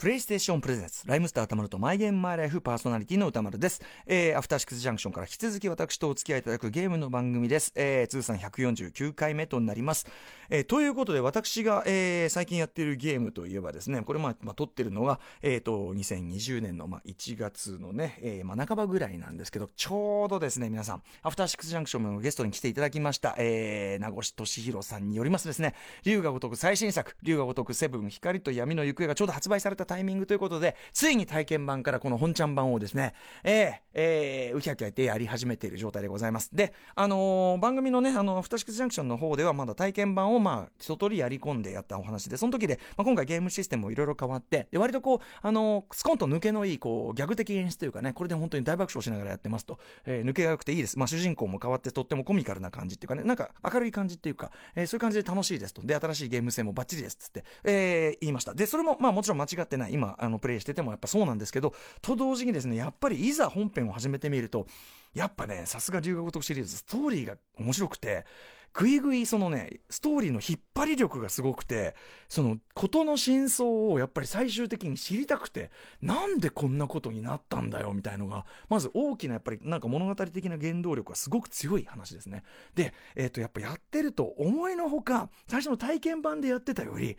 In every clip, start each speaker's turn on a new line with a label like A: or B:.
A: プレイステーションプレゼンツ、ライムスター歌丸とマイゲームマイライフパーソナリティの歌丸です。えー、アフターシックスジャンクションから引き続き私とお付き合いいただくゲームの番組です。えー、通算149回目となります。えー、ということで私が、えー、最近やってるゲームといえばですね、これまあ、まあ、撮ってるのが、えっ、と、2020年のまあ1月のね、えー、まあ半ばぐらいなんですけど、ちょうどですね、皆さん、アフターシックスジャンクションのゲストに来ていただきました、えー、名越俊弘さんによりますですね、龍が如く最新作、龍が如くセブン光と闇の行方がちょうど発売されたタイミングということで、ついに体験版からこの本ちゃん版をですね、えー、えー、うきゃきゃ言ってやり始めている状態でございます。で、あのー番組のね、あの、アフターシックスジャンクションの方ではまだ体験版をまあ、一通りやり込んでやったお話で、その時で、まあ、今回ゲームシステムもいろいろ変わって、で、割とこう、あのースコンと抜けのいい、こう、ギャグ的演出というかね、これで本当に大爆笑しながらやってますと、えー抜けが良くていいです。まあ、主人公も変わってとってもコミカルな感じっていうかね、なんか明るい感じっていうか、えーそういう感じで楽しいですと。で、新しいゲーム性もバッチリですっつって、えー言いました。で、それも、まあもちろん間違ってない。今、あの、プレイしててもやっぱそうなんですけど、と同時にですね、やっぱりいざ本編を始めてみると、やっぱね、さすが留学如くシリーズ、ストーリーが面白くて、ぐいぐいそのね、ストーリーの引っ張り力がすごくて、その、ことの真相をやっぱり最終的に知りたくて、なんでこんなことになったんだよ、みたいのが、まず大きなやっぱりなんか物語的な原動力がすごく強い話ですね。で、えっ、と、やっぱやってると思いのほか、最初の体験版でやってたより、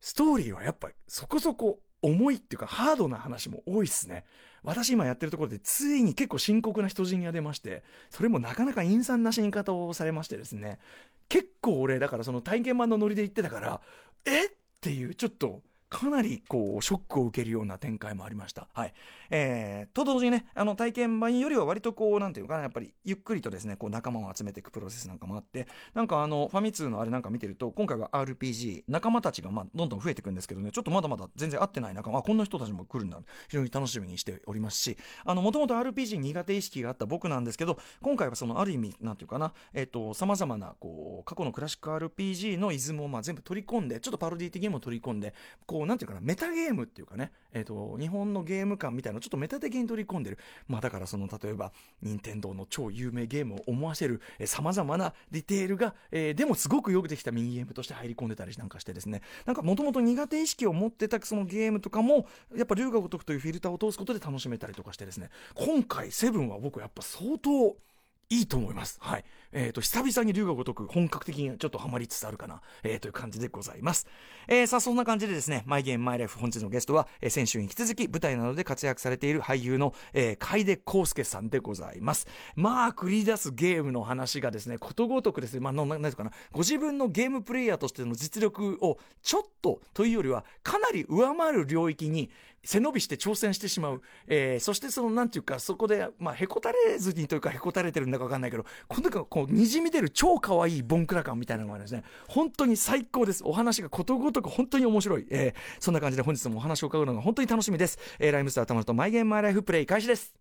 A: ストーリーはやっぱりそこそこ重いっていうかハードな話も多いっすね。私今やってるところでついに結構深刻な人死にが出まして、それもなかなか陰惨な死に方をされましてですね。結構俺、だからその体験版のノリで言ってたから、えっていう、ちょっと、かなりこう、ショックを受けるような展開もありました。はい。えー、と同時にね、あの体験版よりは割とこう、なんていうかな、やっぱりゆっくりとですね、こう仲間を集めていくプロセスなんかもあって、なんかあの、ファミ通のあれなんか見てると、今回は RPG、仲間たちがまあ、どんどん増えていくんですけどね、ちょっとまだまだ全然合ってない仲間、あこんな人たちも来るんだ、非常に楽しみにしておりますし、あの、もともと RPG 苦手意識があった僕なんですけど、今回はその、ある意味、なんていうかな、えっ、と、様々な、こう、過去のクラシック RPG のイズムをまあ全部取り込んで、ちょっとパロディ的にも取り込んで、こう、なんていうかな、メタゲームっていうかね、えっ、と、日本のゲーム感みたいなのをちょっとメタ的に取り込んでる。まあだからその、例えば、任天堂の超有名ゲームを思わせる、えー、様々なディテールが、えーでもすごくよくできたミニゲームとして入り込んでたりなんかしてですね、なんかもともと苦手意識を持ってたそのゲームとかも、やっぱ龍が如くというフィルターを通すことで楽しめたりとかしてですね、今回セブンは僕やっぱ相当、いいと思います。はい。えっ、と、久々に龍が如く本格的にちょっとハマりつつあるかな、えーという感じでございます。えーさあ、そんな感じでですね、マイゲームマイライフ本日のゲストは、えー先週に引き続き舞台などで活躍されている俳優の、えー、楓康介さんでございます。まあ、繰り出すゲームの話がですね、ことごとくですね、まあ、ななんていうかな、ご自分のゲームプレイヤーとしての実力をちょっとというよりは、かなり上回る領域に背伸びして挑戦してしまう。えーそしてその、なんていうか、そこで、まあ、へこたれずにというか、へこたれてるんだかわかんないけど、この時のこう、にじみ出る超可愛いボンクラ感みたいなのがですね、本当に最高です。お話がことごとく本当に面白い。えーそんな感じで本日もお話を伺うのが本当に楽しみです。えーライムスター頭とマイゲームマイライフプレイ開始です。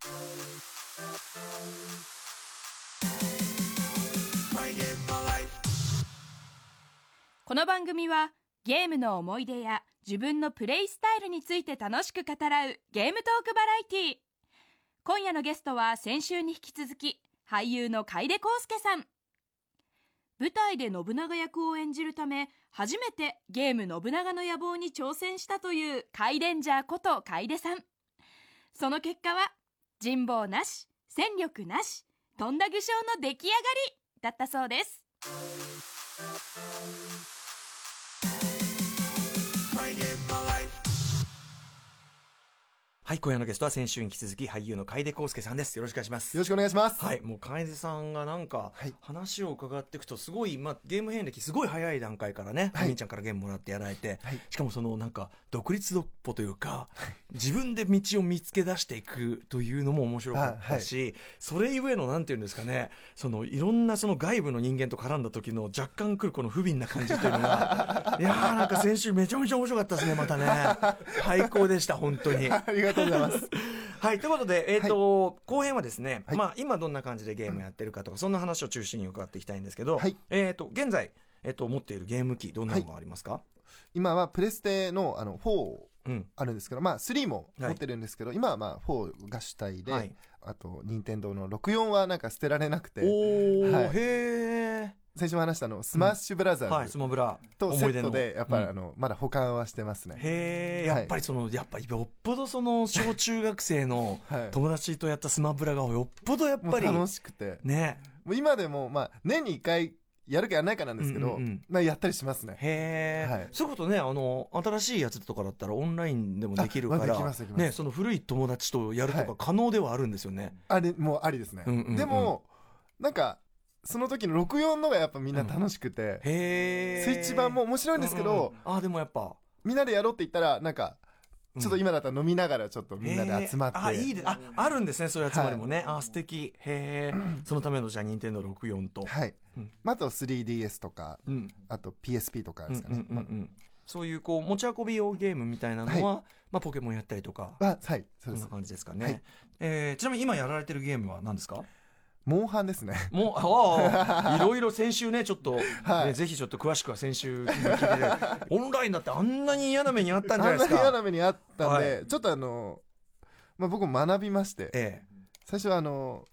B: この番組はゲームの思い出や自分のプレイスタイルについて楽しく語らうゲームトークバラエティー今夜のゲストは先週に引き続き俳優の楓康介さん舞台で信長役を演じるため初めてゲーム信長の野望に挑戦したというカイレンジャーこと楓さんその結果は人望なし戦力なしとんだ具象の出来上がりだったそうです
A: はい、今夜のゲストは先週に引き続き俳優の楓康介さんです。よろしくお願いします。
C: よろしくお願いします。
A: はい、もう楓さんがなんか
C: はい
A: 話を伺っていくとすごい、まあ、ゲーム遍歴すごい早い段階からね、
C: はい
A: みーちゃんからゲームもらってやられて、
C: はい
A: しかもそのなんか独立独歩というか、自分で道を見つけ出していくというのも面白かったし、それゆえのなんていうんですかねそのいろんなその外部の人間と絡んだ時の若干来るこの不憫な感じというの がいやーなんか先週めちゃめちゃ面白かったですねまたね最高でした本当に。
C: ありがとうござい ます。
A: はい、ということで、えっ、と、後編はですね、
C: はい
A: まあ、今どんな感じでゲームやってるかとか、そんな話を中心に伺っていきたいんですけど、
C: はい
A: えっ、と、現在、えっ、と、持っているゲーム機、どんなのがありますか、
C: 今はプレステのあの4
A: うん。
C: あるんですけど、まあ3も持ってるんですけど、今はまあ4が主体で、
A: はい
C: あと任天堂の64はなんか捨てられなくて、
A: おー、
C: はい
A: へー。
C: 先週も話したあのスマッシュブラザ
A: は
C: ー
A: い、
C: ズ
A: スモブラ。
C: とセット
A: 思い
C: で
A: 出の
C: やっぱり
A: うん
C: あのまだ保管はしてますね、
A: へえ、
C: はい
A: やっぱりその、やっぱよっぽどその、小中学生の
C: はい、
A: 友達とやったスマブラがよっぽどやっ
C: も
A: ぱ
C: う
A: り、
C: 楽しくて
A: ね。
C: もう今でもまあ年に1回やるかやらないかなんですけ
A: う
C: ど、
A: んうんうん
C: まあ、やったりしますね
A: へえ、
C: はい
A: そういうことね、あの、新しいやつとかだったらオンラインでもできるか
C: あ
A: ら、
C: できますできます
A: ね、その古い友達とやると
C: は
A: か
C: い
A: 可能ではあるんですよね。
C: あれもうありですね、
A: うんうんうん
C: でもなんかその時の64のがやっぱみんな楽しくて、
A: へえ。
C: スイッチ版も面白いんですけど、
A: うんうんあ、でもやっぱ、
C: みんなでやろうって言ったらなんかちょっと
A: うん
C: 今だったら飲みながらちょっとみんなで集まって、
A: へーあいいでああるんですねそういう集まりもね、あ素敵へえ、そのためのじゃあ任天堂64と、
C: はい
A: うん
C: まあ、あと 3DS とか
A: うん
C: あと PSP とか
A: う
C: で
A: ん
C: すかね、
A: うんうんうんそういうこう持ち運び用ゲームみたいなのは、まあ、ポケモンやったりとか
C: まあはい
A: そ
C: そうんです
A: な感じですかね、
C: はい
A: えーちなみに今やられてるゲームは何ですか
C: モンハンですね
A: もう ああいろいろ先週ねちょっと、
C: はい
A: ねぜひちょっと詳しくは先週聞い ててオンラインだってあんなに嫌な目にあった
C: あ
A: ん
C: ん
A: じゃないで
C: な
A: す
C: に嫌
A: か
C: な目にあったんで、
A: は
C: ちょっとあの、まあ、僕も学びまして
A: え
C: 最初はあの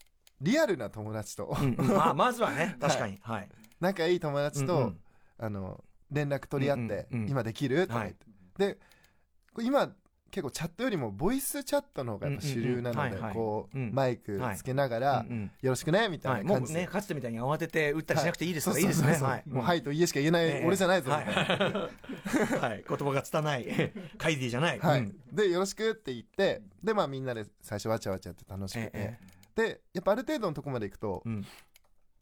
C: リアルな友達と
A: えうんうんまあまずはね確かにはい、
C: 仲いい友達と、
A: うんうん
C: あの連絡取り合って、
A: うんうんうん
C: 今できるとか言って、でこう今結構チャットよりもボイスチャットの方がやっぱ主流なの
A: うんうんうん
C: で
A: はいはい
C: こ
A: う
C: う
A: ん
C: マイクつけながら
A: うんうん
C: 「よろしくね」みた
A: はいい、
C: な
A: もう
C: 感じで、
A: ね、かつてみたいに慌てて打ったりしなくていいですから、
C: はい
A: いですね。
C: そうそうそう
A: はい。
C: もう「はい」と「いいえ」しか言えない、
A: ええ
C: 俺じゃないぞ、
A: はい
C: みたいな
A: はい。言葉が拙い。 カイディじゃない。
C: はい
A: うん
C: で「よろしく」って言ってでまあみんなで最初わちゃわちゃやって楽しくて、
A: ええ
C: でやっぱある程度のとこまで行くと、
A: うん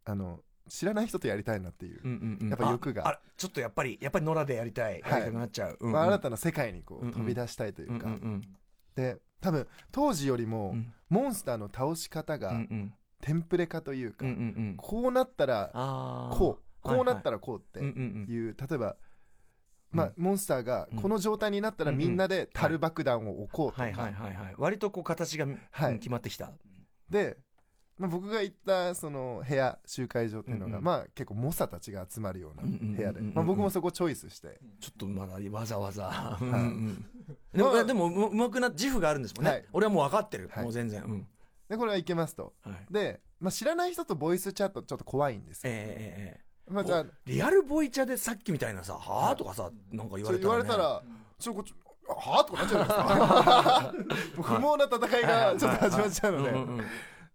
C: あの知らない人とやりたいなっていう、
A: うんうんうん
C: やっぱ欲が
A: ああちょっとやっぱり、やっぱり野良でやりたい。
C: はい
A: やりたくなっちゃう。うんうん
C: まあ、新たな世界にこ
A: うんう
C: うん飛び出したいといううんか、
A: うん
C: で多分当時より
A: う
C: も、
A: ん。
C: モンスターの倒し方
A: うんう
C: が
A: ん
C: テンプレ化というか、
A: うんうんうん。
C: こうなったら
A: ああ。
C: こう
A: はい
C: こうなったらこうって
A: うん
C: いう、
A: うんうん。
C: 例えば、まあ、モンスターが
A: うん
C: この状態になったらみんなで樽爆弾を置こうとか、
A: はいはいはいはい。割とこう形がうん
C: はい
A: 決まってきた。
C: で、まあ、僕が行ったその部屋集会所っていうのが、
A: うんうん
C: まあ、結構猛者たちが集まるような部
A: う
C: 屋で、
A: んうんうんうん
C: まあ、僕もそこチョイスして、
A: ちょっとまだわざわざ。うん
C: い
A: うんでも、
C: まあ
A: でも、ううまくな、自負があるんですもんね。
C: はい
A: 俺はもう分かってる。
C: はい
A: もう全然。うん。
C: でこれはいけますと
A: はい。
C: で、まあ、知らない人とボイスチャットちょっと怖いんです
A: ええ
C: よ、
A: ええええ。
C: まあ、じゃあ
A: リアルボイチャでさっきみたいなさ、はあとかさ、なんか言われた
C: 言わ
A: ら、
C: れ
A: ね。
C: たら、ちょ、こっち、はぁとかなっ ちゃうんですか不毛な戦いがちょっと始まっちゃうの
A: うんうん
C: で
A: うん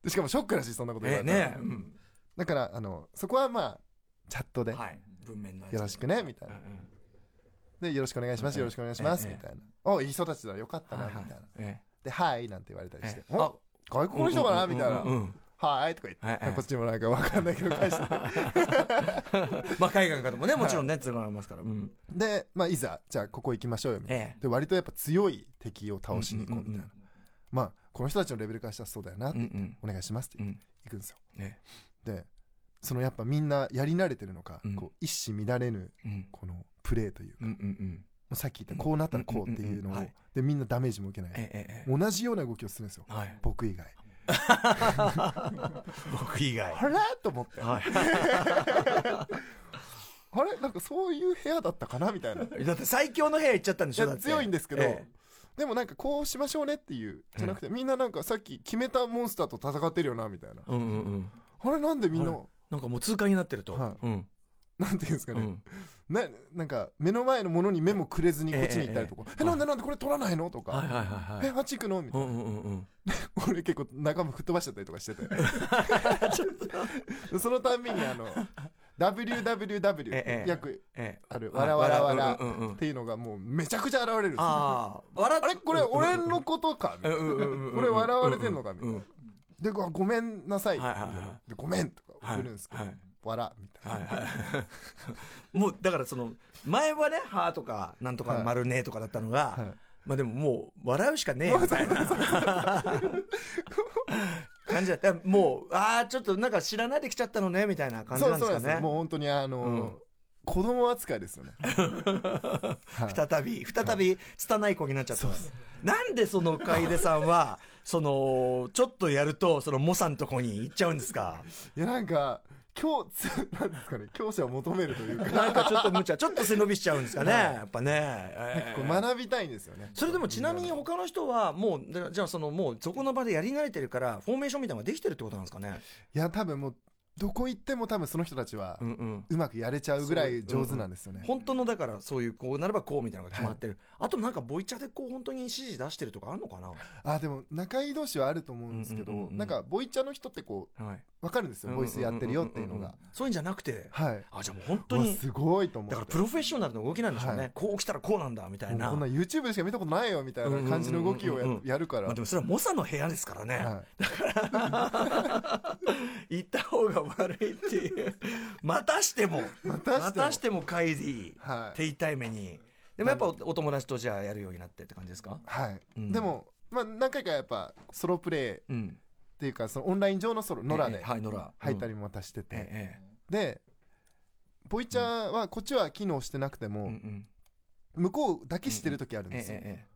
C: で。しかもショックらしい、そんなこと言わ
A: え
C: れたら
A: ねうん
C: だから、あの、そこはまあ、チャットで、よ
A: はい。文面のやつ
C: ろしくね、みたいな。で、よろしくお願いします、よろしくお願いします、
A: ええ
C: みたいな。お、いい人たちだ、よかったな、みたいな。
A: え
C: で、はい、なんて言われたりして
A: え。え
C: お外国の人かなみたいな
A: うんうんうんうん。
C: はい、とか言っ
A: ええ
C: て。こっちもなんかわかんないけど返して。
A: まあ、海外の方もね、もちろんね、つながりますから。うん。
C: で、まあ、いざ、じゃあ、ここ行きましょうよ、みたいな。
A: ええ。
C: で、割とやっぱ強い敵を倒しに行こう、み
A: うんう
C: たい
A: ん
C: な。まあ、この人たちのレベルからしたらそうだよなって
A: う、ん
C: お願いしますって
A: うん。うん。
C: 行くんですよ。
A: ね。
C: でそのやっぱみんなやり慣れてるのか、
A: うん
C: こう一糸乱れぬ
A: うん。
C: このプレーというか、
A: うん
C: も
A: うんうん。
C: うさっき言ったこうなったらこうっていうの
A: うんうんうんう
C: を、
A: んはい
C: でみんなダメージも受けない、
A: ええええ。
C: 同じような動きをするんですよ
A: はい。
C: 僕以外
A: 僕以外。
C: あれと思ってあ
A: は
C: れなんかそういう部屋だったかなみたいない
A: い。だって最強の部屋行っちゃったんでしょだ
C: や
A: って
C: 強いんですけど、
A: え
C: でもなんかこうしましょうねっていうじゃなくて、みんななんかさっき決めたモンスターと戦ってるよなみたいな
A: えうんうんうん。
C: あれなんでみんな、
A: はなんかもう通過になってると。
C: は
A: うん。
C: なんていうんですか
A: う
C: ね、
A: ん。
C: ななんか目の前のものに目もくれずにこっちに行ったりとか「え
A: ええ
C: なんでなんでこれ取らないの?」とか「
A: はいはいはいは
C: え
A: い。
C: あっち行くの?」みたいな
A: う。んうんうんうん。
C: 俺結構仲間吹っ飛ばしちゃったりと かしててそのたんびにあの WWW
A: ええ
C: 約
A: ええ。
C: ある「
A: は
C: わ
A: い
C: らわらわら」
A: うんうんうん
C: っていうのがもうめちゃくちゃ現れるんですよ
A: ああ、笑っ
C: あれこれ俺のことかみたいな
A: こ
C: これ笑われてんのかみたいな
A: な。
C: でごごめんなさい」み
A: はい
C: た
A: は
C: い
A: いはい
C: なでごめん」とか
A: はい
C: 送るんですけど
A: はい
C: 「わら」みたい
A: はい
C: な
A: はい。 もうだからその前はね「は」とか「なんとか
C: はい
A: 丸ね」とかだったのが、
C: はい
A: まあでももう笑うしか ねえみたいな感じだったもうああちょっとなんか知らないで来ちゃったのねみたいな感じ
C: そ
A: な
C: うんそ
A: で
C: う
A: すか
C: なんです
A: ね
C: よもう本当にあの子供扱いですよねはい
A: 再び再び拙い子になっちゃったなんでその楓さんはそのちょっとやるとそのモさんとこに行っちゃうんですか
C: いやなんか強つなんですかね強者を求めるとい うか
A: なんかちょっと無茶、ちょっと背伸びしちゃうんですかね、やっぱね。え
C: こう
A: ー
C: 学びたいんですよね
A: それでもちなみに他の人はもうだじゃあそのもうそこの場でやり慣れてるからフォーメーションみたいなのができてるってことなんですかね
C: いや多分もうどこ行っても多分その人たちは
A: うんうん
C: うまくやれちゃうぐらい上手なんですよね、
A: 本当のだからそういうこうなればこうみたいなのが決まってる、あとなんかボイチャでこう本当に指示出してるとかあるのかな、
C: あでも仲居同士はあると思うんですけど、
A: うんうんうんうん
C: なんかボイチャの人ってこ
A: はい、
C: う分かるんですよボイスやってるよっていうのが、
A: んんんんそういうんじゃなくて
C: はい
A: あじゃあもう本当
C: 本
A: に
C: すごいと思って
A: だからプロフェッショナルの動きなんでしょうね、
C: はい
A: こう来たらこうなんだみたい
C: もう
A: な
C: こんな YouTube でしか見たことないよみたいな感じの動きを
A: うんう
C: や,、
A: んうんうん
C: やるから、
A: まあ、でもそれは猛者の部屋ですからね、
C: はい
A: 行った方が悪いって いうまたしてもま
C: たしても
A: もカイディ、
C: はい
A: 手痛い目にでもやっぱおお友達とじゃあやるようになってって感じですか
C: はい、
A: うん
C: でも、まあ、何回かやっぱソロプレイっ
A: うん
C: ていうかそのオンライン上のソロノラ
A: え
C: で
A: えはい野良
C: 入ったり
A: も、
C: もまたしてて、
A: うんえ
C: でボイチャはこっちは機能してなくて
A: えう
C: も、
A: んうん
C: 向こうだけしてる時あるん
A: ええ
C: ですよ、
A: ええ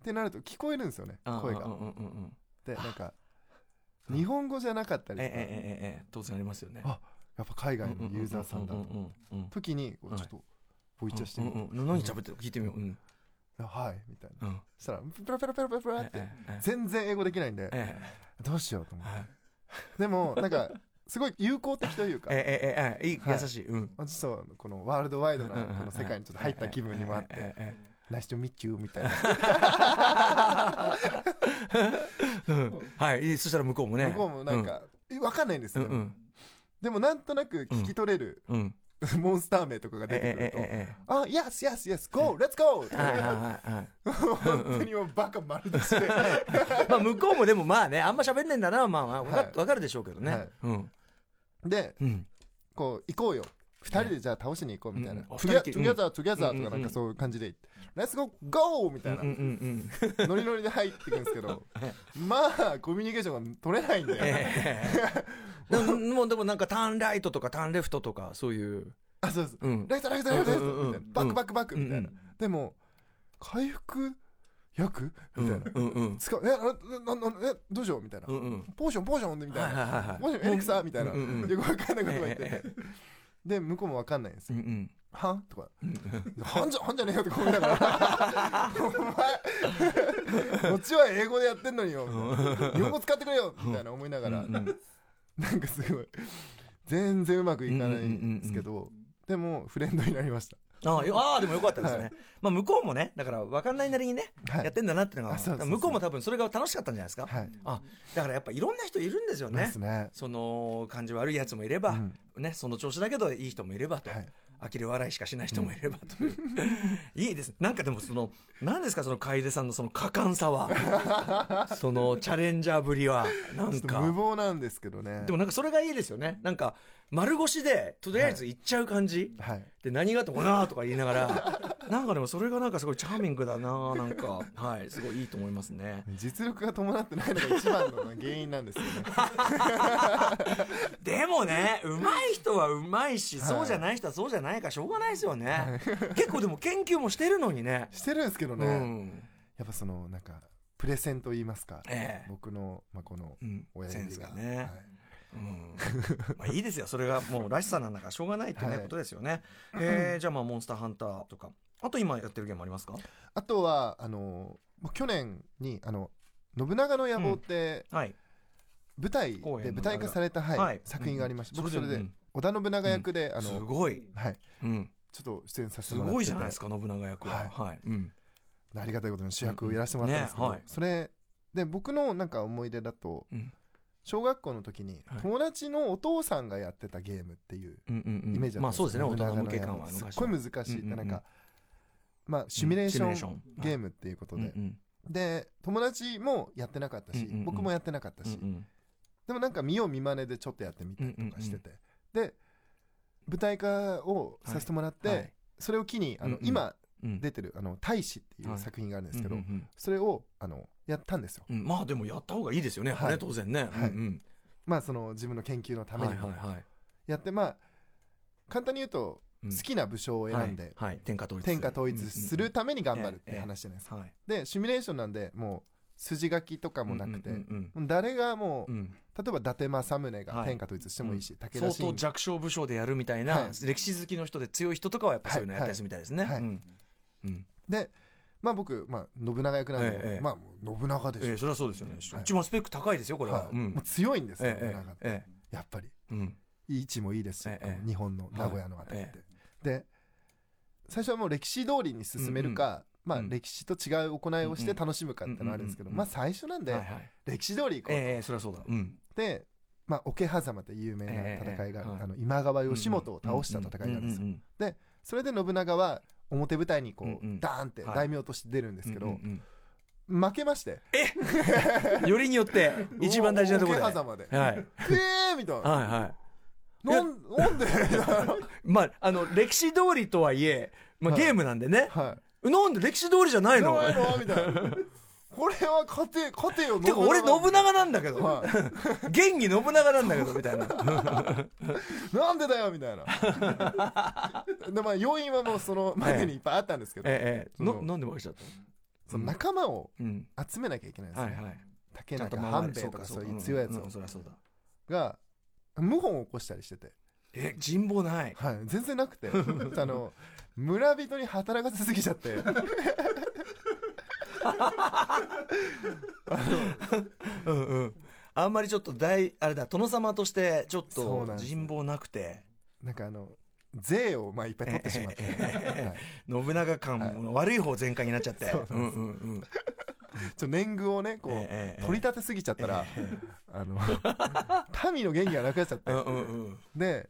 C: ってなると聞こえるんですよね
A: ええ
C: 声が
A: うんうんうんうん
C: でなんか日本語じゃなかったり
A: えええ
C: とか、
A: えええええ当然ありますよね
C: あやっぱ海外のユーザーさんだ
A: う
C: と
A: んうんうんうん
C: 時にこ
A: は
C: う
A: い
C: ちょっとボイチャして
A: う
C: み
A: ん
C: て
A: うん何喋ってるか聞いてみよううん
C: 「あはい」みたいな
A: うん
C: そしたらペラペラペラペラペラって
A: ええ
C: 全然英語できないんで
A: ええ
C: どうしようと思っ
A: はい
C: てでもなんかすごい友好的というか
A: ええええええいい
C: はい
A: 優しいうん
C: まあちょっとこのワールドワイドな
A: うんうん
C: この世界にちょっと入った気分にもあっ
A: ええ
C: て
A: ええええ
C: 「ナイスとミッキュー」みたいな
A: うんはい、そしたら向こうもね。
C: 向こうもなんかえわかんないんです
A: うん、
C: よ
A: うんうん
C: でもなんとなく聞き取れる
A: うん
C: モンスター名とかが
A: え
C: 出てくる
A: ええ
C: と
A: ええ
C: あ、yes, yes, yes, go, let's go!
A: えはいはいはいはい
C: 本当にもうバカ丸出して。
A: まあ向こうもでもまあねあんま喋んないんだなまあまあわか,、
C: はい
A: わかるでしょうけどね、
C: はい
A: うん
C: で、
A: うん
C: こう、行こうよ。二人でじゃあ倒しに行こうみたいな。
A: うんうん
C: together,
A: 二人きり
C: together, together
A: うんう
C: と
A: ん
C: かなんかそういう感じで行って。let's go, go! み
A: う
C: た
A: ん
C: い
A: うん
C: な
A: う。ん
C: ノリノリで入っていくんです けど、まあ、コミュニケーションが取れないんで。
A: え えなんもうでもなんかターンライトとかターンレフトとかそういう
C: あ、そうです。
A: うん
C: ライト、ライト、ライト、ライト
A: うんうんうん
C: みたいな。バック、バック、バック
A: うんうん
C: みたいな。でも、回復薬みたいな。
A: うんうん
C: 使う、え、な、な、な、え、どうしようみたいな
A: う。んうん
C: ポーション、ポーションみた
A: はい
C: い
A: はい
C: な。
A: はいはい
C: ポーション、エリクサーみたいな。
A: うんうんうん
C: よくわかんないこと言っ
A: ええ
C: て。で、向こうもわかんないんです
A: う
C: よ
A: んうん
C: はんとか。はんじゃ、はんじゃねえよってこう言いながら。お前、こっちは英語でやってんのによ。日本語使ってくれよみたいな思いながら、なんかすごい、全然うまくいかないんですけど、でも、フレンドになりました。
A: ああよああでもよかったですね、
C: はい
A: まあ向こうもねだから分かんないなりにね、
C: はい
A: やってんだなってのが
C: あそうそうそう
A: 向こうも多分それが楽しかったんじゃないですか、
C: はい。
A: あだからやっぱいろんな人いるんですよ
C: で
A: ね
C: すね。
A: その感じ悪いやつもいれば、
C: うん
A: ね、その調子だけどいい人もいればと、
C: はい
A: 呆れ笑いしかしない人もいればという、 いいですなんかでもその何ですかその楓さんのその果敢さは そのチャレンジャーぶりはなん
C: ちょっと無
A: か
C: 謀なんですけどね
A: で。もなんかそれがいいですよねなんか丸腰でとりあえず行っちゃう感じ、
C: はい。
A: で何があってもなーとか言いながらなんかでもそれがなんかすごいチャーミングだなーなんかはいすごいいいと思いますね
C: 実力が伴ってないのが一番の原因なんですよね。
A: でもね、うまい人はうまいし、
C: はい
A: そうじゃない人はそうじゃないから、しょうがないですよね。結構でも研究もしてるのにね。
C: してるんですけど
A: う
C: ね。
A: ん。
C: やっぱその、なんか、プレゼンと言いますか。
A: ええ
C: 僕の、まあ、この
A: う、ん
C: 親
A: セン
C: 指
A: ス
C: が
A: が。ね。
C: はい
A: うん。まあいいですよ。それがもうらしさなんだから、しょうがないってね、
C: はい
A: ことですよね。えー、じゃあまあ、モンスターハンターとか。あと今やってるゲームありますか
C: あとは、あの、もう去年に、あの、信長の野望って、
A: はい。
C: 舞台で、
A: 公演の
C: 舞台化された、はい
A: はい
C: 作品がありました。
A: うん
C: 僕それ
A: う
C: で
A: ん、
C: 織田信長役で、あ
A: す
C: の、
A: ごい。
C: はい、
A: うん。
C: ちょっと出演さ
A: す
C: せてもらってて。
A: ごいじゃないですか、信長役は。はい。うん。
C: ありがたいことに主役をやらせてもらったんですけど、
A: うんうんねはい
C: それ、で、僕のなんか思い出だと、
A: うん。
C: 小学校の時に
A: はい、
C: 友達のお父さんがやってたゲームっていう、
A: うんうんうん。
C: イメージだったんよ
A: まあそうですね、大人向け
C: 信長
A: 感
C: の
A: は
C: や
A: 昔
C: つすっ
A: は。
C: ごい難しい、
A: うんうんうん
C: なんかまあシミュレーショ
A: シミュレ
C: ン,、
A: ーション
C: ゲームっていうことで、
A: うんうん
C: で友達もやってなかったし、
A: うんうんうん
C: 僕もやってなかったし、
A: うん
C: でもなんか見よう見まねでちょっとやってみたりとかしてて、で舞台化をさせてもらって、
A: うん。はい
C: それを機にあの、
A: うんうん
C: 今
A: うん
C: 出てる「あの大使」ってい
A: はいう
C: 作品があるんですけど、
A: うんうん
C: それをあのやったんですよ。
A: うんうんまあでもやった方がいいですよね、
C: はい
A: ね当然ね、
C: はい
A: うん
C: まあその自分の研究のた
A: うん、
C: め
A: はい
C: に
A: はいはい、
C: やって、まあ簡単に言うと
A: うん
C: 好きな武将を選んで、
A: はいはい、天下統一
C: 天下統一する、ために頑張るっ
A: ええ
C: て話じゃないですか。
A: うんうんはい
C: でシミュレーションなんでもう筋書きとかもなくて、
A: うんうん
C: もう誰がもう、
A: うんうん
C: 例えば伊達政宗
A: は
C: が
A: い
C: 天下統一してもいいし、武
A: 相
C: 田信
A: 当
C: 玄
A: 弱小武将でやるみたいな、
C: はい
A: 歴史好きの人で強い人とかはやっぱそういうのやったりするみたいですね、
C: はいはい
A: うんうん
C: でまあ僕、まあ、信長役なんで、
A: ええ
C: まあもう信長でしょ、
A: ええそれはそうですよね、
C: はい
A: 一番スペック高いですよこれは、
C: は
A: う
C: い
A: ん
C: もう強いんですよ、
A: ええ
C: 信長って
A: ええ
C: やっぱり
A: ええうん
C: いい位置もいいですし、
A: ええ
C: 日本の名古屋のあたりって、
A: は
C: で最初はもう歴史通りに進めるか、まあ、
A: うん
C: 歴史と違う行いをして楽しむかってのはあるんですけど、
A: うんうん
C: まあ最初なんで、
A: はいはい
C: 歴史通り行こうと
A: ええそれはそうだうん
C: で、まあ、桶狭間で有名な戦いが、
A: ええはい
C: あの今川義元を倒した戦いなんです
A: う
C: よ、
A: うん
C: それで信長は表舞台にこう、
A: うんうん
C: ダーンって
A: はい
C: 大名として出るんで
A: うん
C: すけど、
A: うんうん
C: 負けまして
A: うんよりによって一番大事なところで
C: 桶
A: はい
C: 狭間で
A: はい
C: 「えー!」みたいな
A: はい
C: 「なんなんで?」みたいな、
A: まああの歴史通りとはいえまあ
C: はい
A: ゲームなんでね
C: は
A: なんで歴史通りじゃない
C: い、
A: の
C: どうやろみたいなこれは勝て勝てよ
A: てか俺信長なんだけど
C: は
A: 元気信長なんだけどみた いな
C: い、なんでだよみたいなでまあ要因はもうその前にいっぱいあったんですけど、
A: ええええの
C: その
A: なんで負けちゃったの
C: その仲間を
A: うん
C: 集めなきゃいけないんです
A: は
C: よ、
A: い
C: ね
A: はい
C: 竹
A: ちゃん
C: 中
A: 回れ
C: 半兵衛とかそういう強いやつ
A: うん
C: を
A: うんそりゃそうだ
C: が謀反を起こしたりしてて、
A: え人望ない
C: はい、全然なく てあの村人に働かせすぎちゃって
A: うんうんあんまりちょっと大あれだ殿様としてちょっ
C: そう
A: と
C: なんです
A: 人望なくて
C: なんかあの税をまあいっぱい取ってしまって、
A: ええええ
C: はい
A: 信長感
C: はい
A: も悪い方全開になっちゃって
C: そう
A: うんうんうん
C: ちょっと年貢をねこう、
A: ええええ
C: 取り立てすぎちゃったら、あの民の元気がなくなっちゃって、
A: うんうんうん
C: で、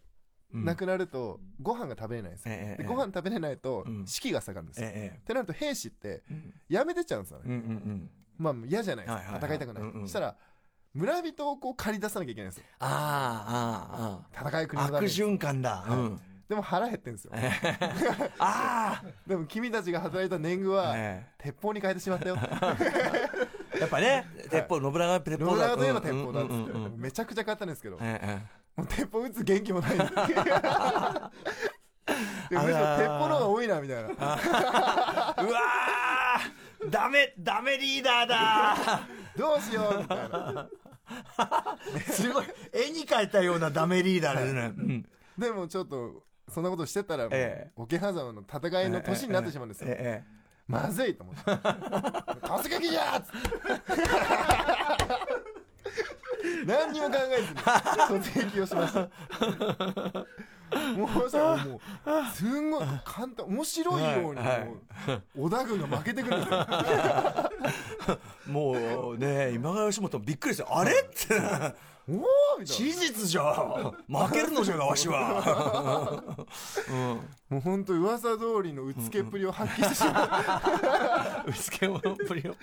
A: うん
C: なくなるとご飯が食べれないんですよ、
A: ええええ
C: でご飯食べれないと
A: うん
C: 士気が下がるんですよ、
A: え
C: ってなると兵士って
A: えうん
C: やめてっちゃうんですよね、
A: うんうん
C: まあ嫌じゃないですか、
A: はいはいはい
C: 戦いたくない、
A: うんうん
C: そしたら村人をこう駆り出さなきゃいけないんですよ
A: あーあー
C: 戦い国
A: あ
C: の
A: ー
C: た
A: 悪
C: めに
A: 循環だ
C: はい
A: うん
C: でも腹減ってんですよ
A: あ
C: でも君たちが働いた年貢
A: あ
C: は
A: え
C: 鉄砲に変えてしまったよ
A: えやっぱね鉄砲信長は鉄
C: 信
A: 砲だ
C: 長といえば鉄砲だっつ
A: うん
C: っ
A: う
C: て
A: んうんうん
C: めちゃくちゃ買ったんですけども
A: えええ
C: う鉄砲撃つ元気もないでむしろ鉄砲の方が多いなみたいな
A: えうわーダメダメリーダーだ
C: どうしようみたいな
A: ーすごい絵に描いたようなダメリーダーですねうん
C: でもちょっとそんなことしてたらも
A: ええ
C: う桶狭間の戦いの年になってしまうんですよ
A: ええ
C: まずいと 思って「突撃じゃ!」っつって何にも考えずに突撃をしましたもうそしたらもうすんごい簡単面白いように
A: はいはい
C: もう織田軍が負けてくるんで すよ
A: もうね今川義元もびっくりしてあれって
C: おおみたいな
A: 事実じゃん負けるのじゃがわしは、うん、
C: もう本当噂通りのうつけっぷりを発揮してしま う
A: うつけ者っぷりを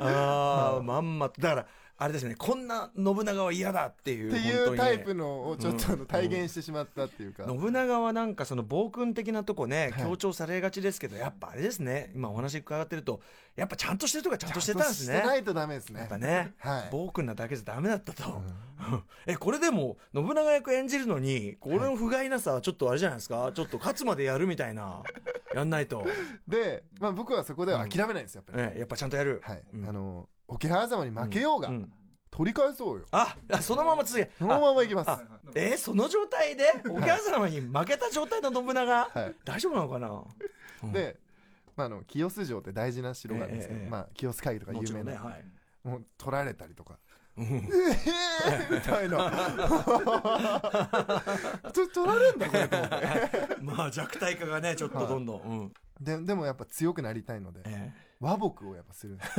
A: ああまんまとだからあれですねこんな信長は嫌だっていう
C: ってい
A: 本当に
C: う
A: ね
C: タイプのをちょっとあの体現してしまったっていうか
A: 信長はなんかその暴君的なとこね
C: はい
A: 強調されがちですけど、やっぱあれですね今お話伺ってるとやっぱちゃんとしてるとかちゃんとしてたんです
C: ちゃ
A: ね
C: としてないとダメですね
A: やっぱね、
C: はい
A: 暴君なだけじゃダメだったと、 えこれでも信長役演じるのにこれの不甲斐なさはちょっとあれじゃないですかちょっと勝つまでやるみたいなやんないと、
C: で、まあ、僕はそこでは諦めないんですよやっぱり、
A: ええやっぱちゃんとやる、
C: はい、
A: うん
C: あの桶狭間に負けようが、
A: うん
C: 取り返そうよ
A: ああそのまま続け
C: そのままいきます
A: あえその状態で桶狭間に負けた状態の信長、
C: はい
A: 大丈夫なのかなうん
C: で、まあ、あの清洲城って大事な城があるんですけど、
A: ええええ
C: まあ、清洲会議とか
A: も
C: 有
A: ちろ
C: 名
A: ん
C: な、
A: ねはい
C: もう取られたりとか「ええみた いな ちょ取られんだこれと思って
A: まあ弱体化がねちょっとどんどん、うん
C: ででもやっぱ強くなりたいので
A: え
C: 和睦をやっぱする んです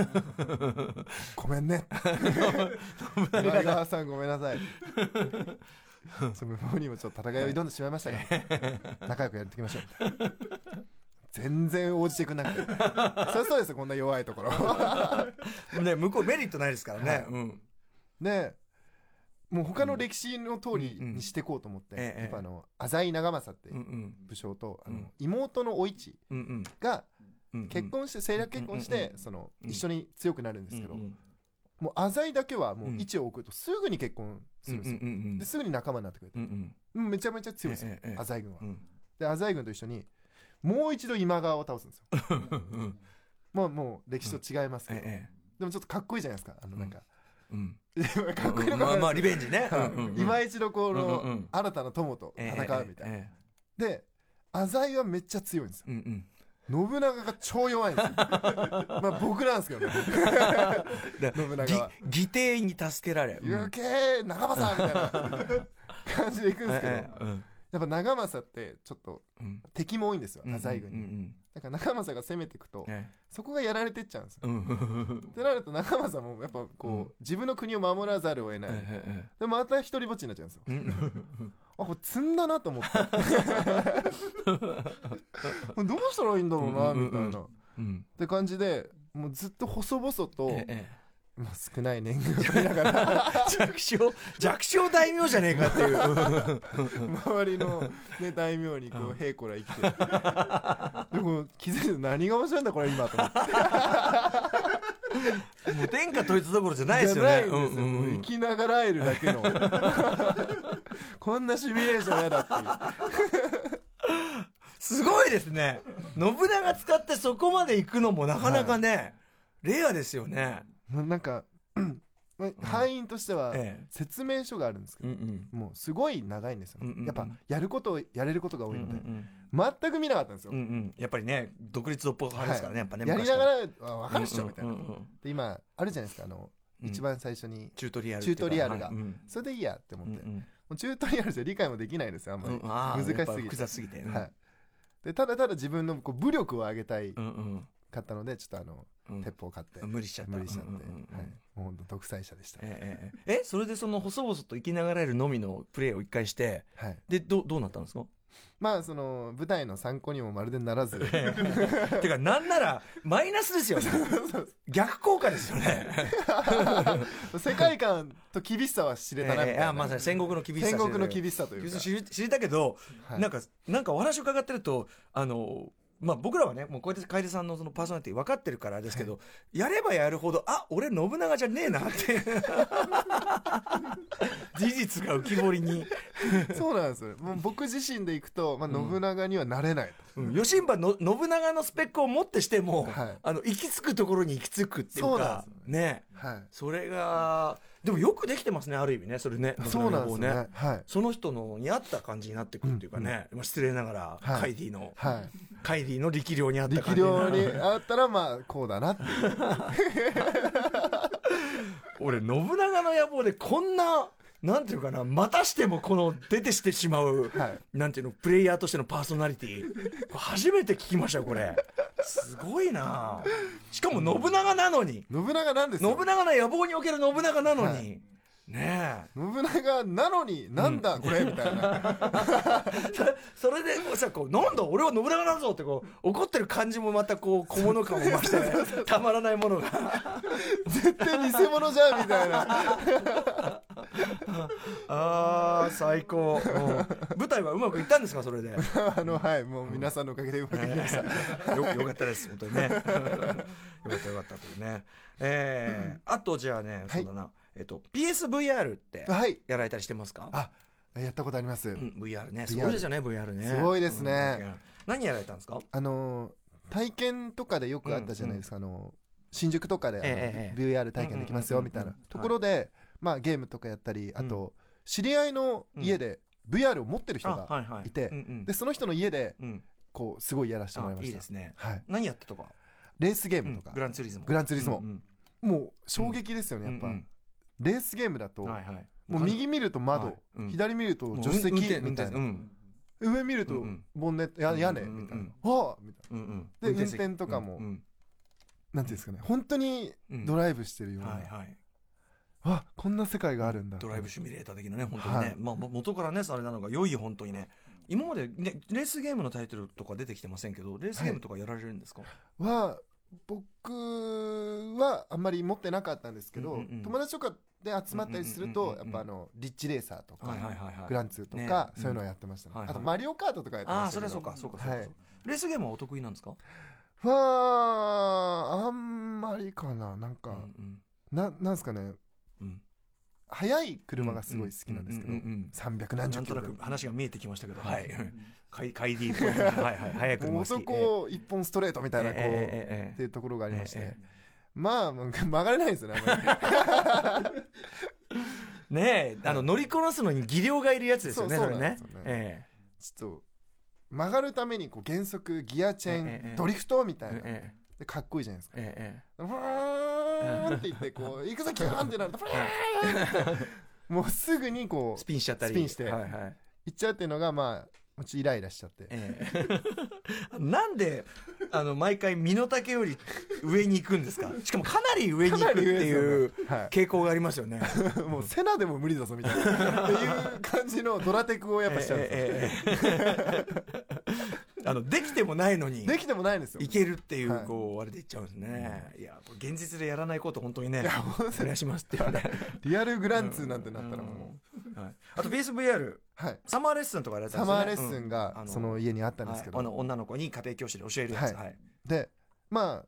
C: ごめんね今川さんごめんなさいその向こうにもちょっと戦いを挑んでしまいましたが仲良くやっていきましょう全然応じてくんなくてそりゃそうですよこんな弱いところ
A: えね向こうメリットないですからね、うん
C: ねもう他の歴史の通りにしていこうと思って、
A: うんうんええ
C: やっぱあの浅井長政って
A: うんうん
C: 武将と、
A: うん
C: あの妹のお市
A: うんうん
C: が
A: うんうん
C: 結婚して政略結婚し
A: うんうん
C: て
A: う、ん
C: その
A: うん
C: 一緒に強くなるんですけど、
A: うんうん
C: もう浅井だけはもう
A: うん
C: 位置を置くとすぐに結婚するんですよ、
A: うんうんうん
C: ですぐに仲間になってくれて
A: うんうん
C: うんめちゃめちゃ強いですよ、
A: ええええ
C: 浅井軍は、
A: うん
C: で浅井軍と一緒にもう一度今川を倒すんですよ
A: うん
C: まあもう歴史と違いますけど、
A: え
C: でもちょっとかっこいいじゃないですかあのなんか、
A: えうん
C: かっこいいのか
A: ま
C: な
A: あまあリベンジね
C: はい
A: うんうんうん
C: 今一度この、
A: うんうん
C: 新たな友と戦うみたいな、
A: ええええ
C: で浅井はめっちゃ強いんですよ
A: うんうん
C: 信長が超弱い んですよまあ僕なんですけどね
A: だ
C: 信長は
A: ぎ義弟に助けられ、
C: 「行け長政!」みたいな感じでいくんですけど、
A: ええうん
C: やっぱ長政ってちょっと
A: うん
C: 敵も多いんですよ
A: うん
C: 太宰軍に、
A: うん
C: だから長政が攻めていくと、
A: うんね
C: そこがやられてっちゃうんですよ
A: うん
C: ってなると長政もやっぱこう、
A: うん
C: 自分の国を守らざるを得ない、
A: ええ
C: でまた一人ぼっちになっちゃうんですよ
A: ええうん
C: あこれ積んだなと思って どうしたらいいんだろうな
A: うんうん
C: みたいな、
A: うん
C: っ
A: うん
C: て感じでもうずっと細々と、
A: ええ
C: まあ、少ない年貢を取りなが ら
A: 弱小弱小大名じゃねえかっていう
C: 周りの、ね、大名にこ
A: う
C: うん平子ら生きてるでも気づいて何が面白いんだこれ今と思って
A: もう天下統一どころじゃないですよね
C: じゃないんですよ、
A: うんうんうん
C: もう生きながらえるだけの こんなシミュレーションやだっていう
A: すごいですね信長使ってそこまで行くのもなかなかね、レアですよね
C: なな んか、まあ敗因としては
A: ええ
C: 説明書があるんですけ
A: う
C: ど、
A: んうん
C: もうすごい長いんですよ、
A: うんうんうん
C: やっぱやることをやれることが
A: う
C: 多
A: ん
C: い
A: うん
C: ので、
A: うん
C: 全く見なかったんですよ、
A: うんうんやっぱりね独立独歩派ですからね、やっぱね
C: やりなが
A: ら
C: らあ分かるっしょみたいな、で今あるじゃないですかあの、一番最初に
A: チュートリアル
C: チュートリアルが
A: っていうか
C: それでいいやって思っ
A: うん
C: て、
A: うん
C: も
A: うん
C: うチュートリアルじゃ理解もできないですよあんま
A: う
C: り、
A: んあー
C: 難しすぎて
A: やっぱ複雑すぎて、うん
C: はい、でただただ自分のこう武力を上げたい
A: うんうん
C: かったのでちょっとあの、
A: うん
C: 鉄砲買って
A: 無理しちゃった
C: 無理しちゃって、
A: うんうんうんうん
C: はい、もう本当独裁者でした、
A: えええええそれでその細々と生きながらえるのみのプレーを一回して
C: はい、
A: でどうどうなったんですか
C: まあその舞台の参考にもまるでな らず
A: てかなんならマイナスですよね逆効果ですよね
C: 世界観と厳しさは知れたなみたい
A: え
C: な、
A: えあまさに戦国の厳しさ
C: 戦国の厳
A: し
C: しさというか
A: さ知り知りたけど、
C: はい
A: なんかなんかお話を伺ってるとあのまあ僕らはねもうこうやって楓さんのそのパーソナリティ分かってるからですけど、やればやるほどあ俺信長じゃねえなって 事実が浮き彫りに、
C: そうなんですよもう僕自身で行くと、まあ、信長にはなれない
A: うん、吉信の信長のスペックを持ってしても、
C: はい
A: あの行き着くところに行き着くっていう
C: そうなん
A: か
C: ですよ
A: ね
C: と、はい
A: それがでもよくできてますねある意味ねそれね
C: そうなん
A: 信長
C: です
A: を
C: よねはい
A: その人のに合った感じになってくるっていうかね、まあ失礼ながら、
C: はい
A: カイディの、
C: はい
A: カイディの力量に合った
C: 力
A: 感じ
C: 量
A: な
C: にあったらまあこうだなっ ていう
A: 俺信長の野望でこんななんていうかなまたしてもこの出てしてしまう、
C: はい
A: なんていうのプレイヤーとしてのパーソナリティこれ初めて聞きましたよこれすごいなしかも信長なのに
C: 信長なんです
A: 信
C: よ
A: 長の野望における信長なのに、
C: はい
A: ねえ
C: 信長なのになんだこれ、みた いな
A: それでこうさこうなんだ俺は信長だぞってこう怒ってる感じもまたこう小物感を増してねたまらないものが
C: 絶対偽物じゃんみたいな
A: あー最高、うん舞台はうまくいったんですかそれで よ
C: あのはいもう皆さんのおかげでうまくいきました、
A: よかったです本当にねよかったよかったというねえーあとじゃあね、そうだなえっと PSVR って
C: はい
A: やられたりしてますか
C: あやったことあります、
A: うん VR ねすごいですよね VR ね
C: すごいですね
A: うん何やられたんですか
C: あのー体験とかでよくあったじゃないですか、あのー新宿とかで、あの
A: えええ
C: VR 体験できますよ
A: うんうん
C: み
A: うんうん
C: たい
A: は
C: な
A: い
C: ところで、まあ、ゲームとかやったりあと、知り合いの家で VR を持ってる人が
A: いはい
C: て
A: うんうん
C: でその人の家で
A: うん
C: こうすごいやらせてもらい
A: あ
C: ま
A: い
C: し
A: い
C: た
A: ですね
C: はい、
A: 何やったとか
C: レースゲー
A: う
C: ム
A: ん
C: とか、
A: グランツーリズム
C: グランツーリズム、
A: うんうん
C: もう衝撃ですよね、やっぱ、
A: うん
C: レースゲームだと、
A: うんはいはい
C: もう右見ると窓、
A: はいうん
C: 左見ると
A: もう
C: 助手席
A: 運転
C: みたいな、
A: 運転
C: 上見ると
A: うんうん
C: ボンネットや屋根
A: うんうんうん
C: みたいな、ああみたい
A: うんうん
C: で
A: うん運席
C: 運転とかも
A: うんうん
C: ななんていうんですかね本当に
A: うん
C: ドライブしてるような、
A: はいはい
C: あこんな世界があるんだ
A: ドライブシミュレーター的なね本当にね、
C: はい
A: まあも元からねあれなのが良い本当にね今までねレースゲームのタイトルとか出てきてませんけどレースゲームとかやられるんですか、
C: は僕はあんまり持ってなかったんですけど、
A: うんうんうん
C: 友達とかで集まったりする
A: うんう
C: と
A: んうんうんうん
C: やっぱあのリッチレーサーとか、
A: はいはいはいはい
C: グランツーと
A: ね
C: か、
A: うん
C: そういうのをやってましたね、
A: はいはい
C: あとマリオカートとかやって
A: あ
C: ま
A: あ
C: した
A: そ
C: け
A: れ
C: ど
A: はそうかそうかそうか、
C: はい
A: レースゲームはお得意なんですか、
C: はあんまりかななん
A: う
C: か、
A: んうん
C: ななんですかね
A: うん、
C: 速い車がすごい好きなんですけど、
A: うううん
C: 300
A: な
C: 何十
A: ん
C: キ
A: と
C: ロ
A: な
C: と
A: く
C: か
A: 話が見えてきましたけど、はい、 かい、かいりっぽい、はいはい、早く
C: もう男一本ストレートみたいなこう、
A: ええええええ
C: っていうところがありまして、
A: ええ
C: まあもう曲がれないですよ ねあんま
A: ねえ、あの乗りこなすのに技量がいるやつですよね、
C: そう
A: それね
C: そうなんですよね。
A: ええ
C: りちょっと曲がるためにこう減速ギアチェーン、
A: ええええ
C: ドリフトみたいな、
A: え
C: でかっこいいじゃないですか
A: ええええ
C: ふわーんって言ってこう行くぞキューンってなるとふわーんってもうすぐにこう
A: スピンしちゃったり
C: スピンして
A: はいはい
C: 行っちゃうっていうのがまあもうちょっとイライラしちゃって
A: ええ なんであの毎回身の丈より上に行くんですかしかもかなり上に行くっていう
C: かなり上で
A: 傾向がありますよね。
C: すよねはい、もうセナでも無理だぞみたいなっていう感じのドラテク をやっぱしちゃうんですよ、
A: ええええ あのできてもないのに
C: できてもないんですよ
A: いけるっていう、
C: はい
A: こうあれでいっちゃうんですね。いやこれ現実でやらないこと本当にね
C: 本当
A: お願いしますっていうね。
C: リアルグランツーなんてなったらもう、
A: うんはい、あと BSVR
C: はい
A: サマーレッスンとかやられてた
C: サ
A: んです
C: マ
A: よね
C: ーレッスン
A: うんあ
C: が
A: の
C: その家にあったん
A: はい
C: ですけど、
A: あの女の子に家庭教師で教えるやつ、
C: はい
A: はい
C: でまあ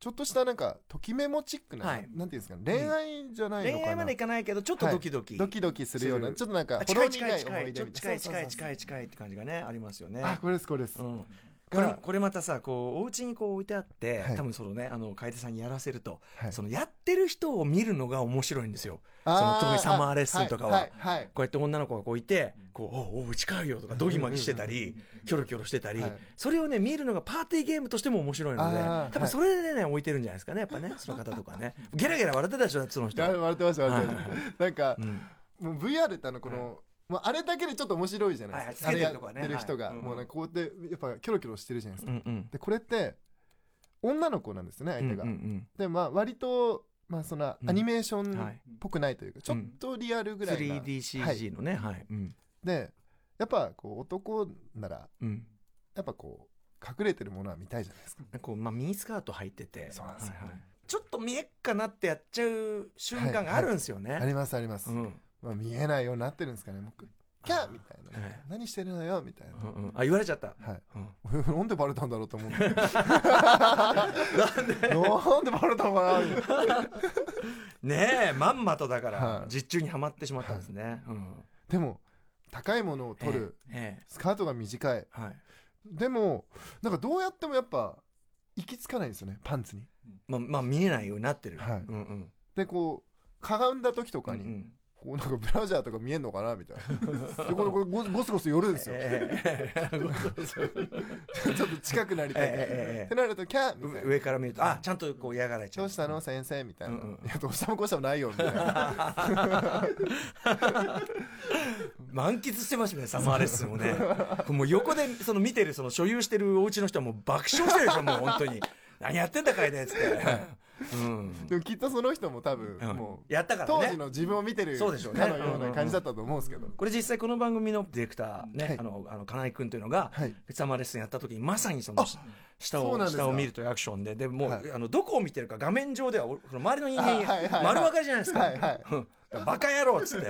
C: ちょっとしたなんかときメモチックな、
A: はい
C: なんていうんですかね恋愛じゃないのか
A: 恋
C: な、
A: 愛までいかないけどちょっとドキドキ、
C: ドキドキするよう
A: す
C: な
A: る
C: ちょっとなんか
A: あ
C: ほ
A: 近
C: ろ
A: い近
C: 苦
A: い
C: い
A: 近
C: 思
A: い
C: い
A: ち
C: 出
A: ょっ
C: み
A: と
C: た
A: 近い近い
C: い
A: 近い近いって感じがねありますよね
C: な。あこれですこれです、
A: うんこ
C: が
A: れこれまたさこうお家にこう置いてあって、
C: はい
A: 多分そのねあの楓さんにやらせると、
C: はい
A: そのやってる人を見るのが面白いんですよ。
C: あー
A: その特にサマーレッスンとかは
C: はいはいはい
A: こうやって女の子がこういて「こうおうおう近いよ」とかドギマギしてたりキョロキョロしてたり、
C: はい
A: それをね見るのがパーティーゲームとしても面白いので
C: あー
A: 多分それでね置いてるんじゃないですかねやっぱ ねその方とかねゲラゲラ笑ってたでしょその人。
C: 笑ってました笑ってま
A: は
C: し
A: い
C: た、なんか
A: う、ん
C: もう VR ってあのこの、まあ、あれだけでちょっと面白いじゃないですか、
A: はいはい
C: あれやってる人が、
A: つけてるとこはねはい
C: もうなんかこうやってやっぱキョロキョロしてるじゃないです
A: う
C: か、
A: んうん
C: でこれって女の子なんですね相手が、
A: うんうん
C: でまあ割とまあその
A: うん
C: アニメーショ
A: うんは
C: ンっ
A: い
C: ぽくないというか、ちょっとリアルぐらいな、
A: 3DCG のねはいうん
C: でやっぱこう男なら
A: うん
C: やっぱこう隠れてるものは見たいじゃないですか
A: こう、まあ、ミニスカート履いてて
C: そうなんですよ
A: はいはいちょっと見えっかなってやっちゃう瞬間があるんですよね、
C: ありますあります、
A: うん
C: まあ、見えないようになってるんですかね僕キャーみたいな、
A: はい
C: 何してるのよみたいな、
A: うんうんあ言われちゃった、
C: はい
A: うん
C: 俺なんでバレたんだろ うと思って なんでバレたのかなみたい な
A: ねえまんまとだから、
C: はい
A: 実中にはまってしまったんですね、うん
C: でも高いものを取る、、
A: えええ
C: スカートが短い
A: えはい
C: でもなんかどうやってもやっぱ行き着かないんですよねパンツに
A: まあ、まあ見えないようになってる、
C: はい
A: うんうん
C: でこうかがんだ時とかに、
A: うんうん
C: こうなんかブラジャーとか見えんのかなみたい なでこれこれゴゴスゴス寄るんですよ、
A: ええええ
C: ちょっと近くなりたい、
A: ええええええ
C: ってなるとキャーみたいな
A: 上から見るとあちゃんとこう嫌がられちゃう
C: どうしたの先生みたいな、
A: うんうん
C: いやどうしたもこうしたもないよみたいな
A: 満喫してましたね、サマーレッスンをね。 もう横で、その見てる、その所有してるお家の人はもう爆笑してるでしょ、もう本当 に。何やってんだ、楓っつって。うん。
C: でもきっとその人も多分、
A: うん
C: もう
A: やったから
C: 当時
A: ね。
C: の自分を見てる
A: そうでしょうね
C: かのような感じだったと思うんですけど、
A: これ実際この番組のディレクターね、
C: はい
A: あの、あの、金井くんというのが、
C: はい
A: サマーレッスンやった時にまさにその
C: あ、
A: 下
C: そうなん
A: を、
C: ですか
A: 下を見るというアクションで、で、もう、
C: はい
A: あの、どこを見てるか画面上では、おその周りの人
C: あはいはい
A: 間、
C: はい
A: 丸分かりじゃないですか。
C: はいはい
A: うんバカ野郎っつっ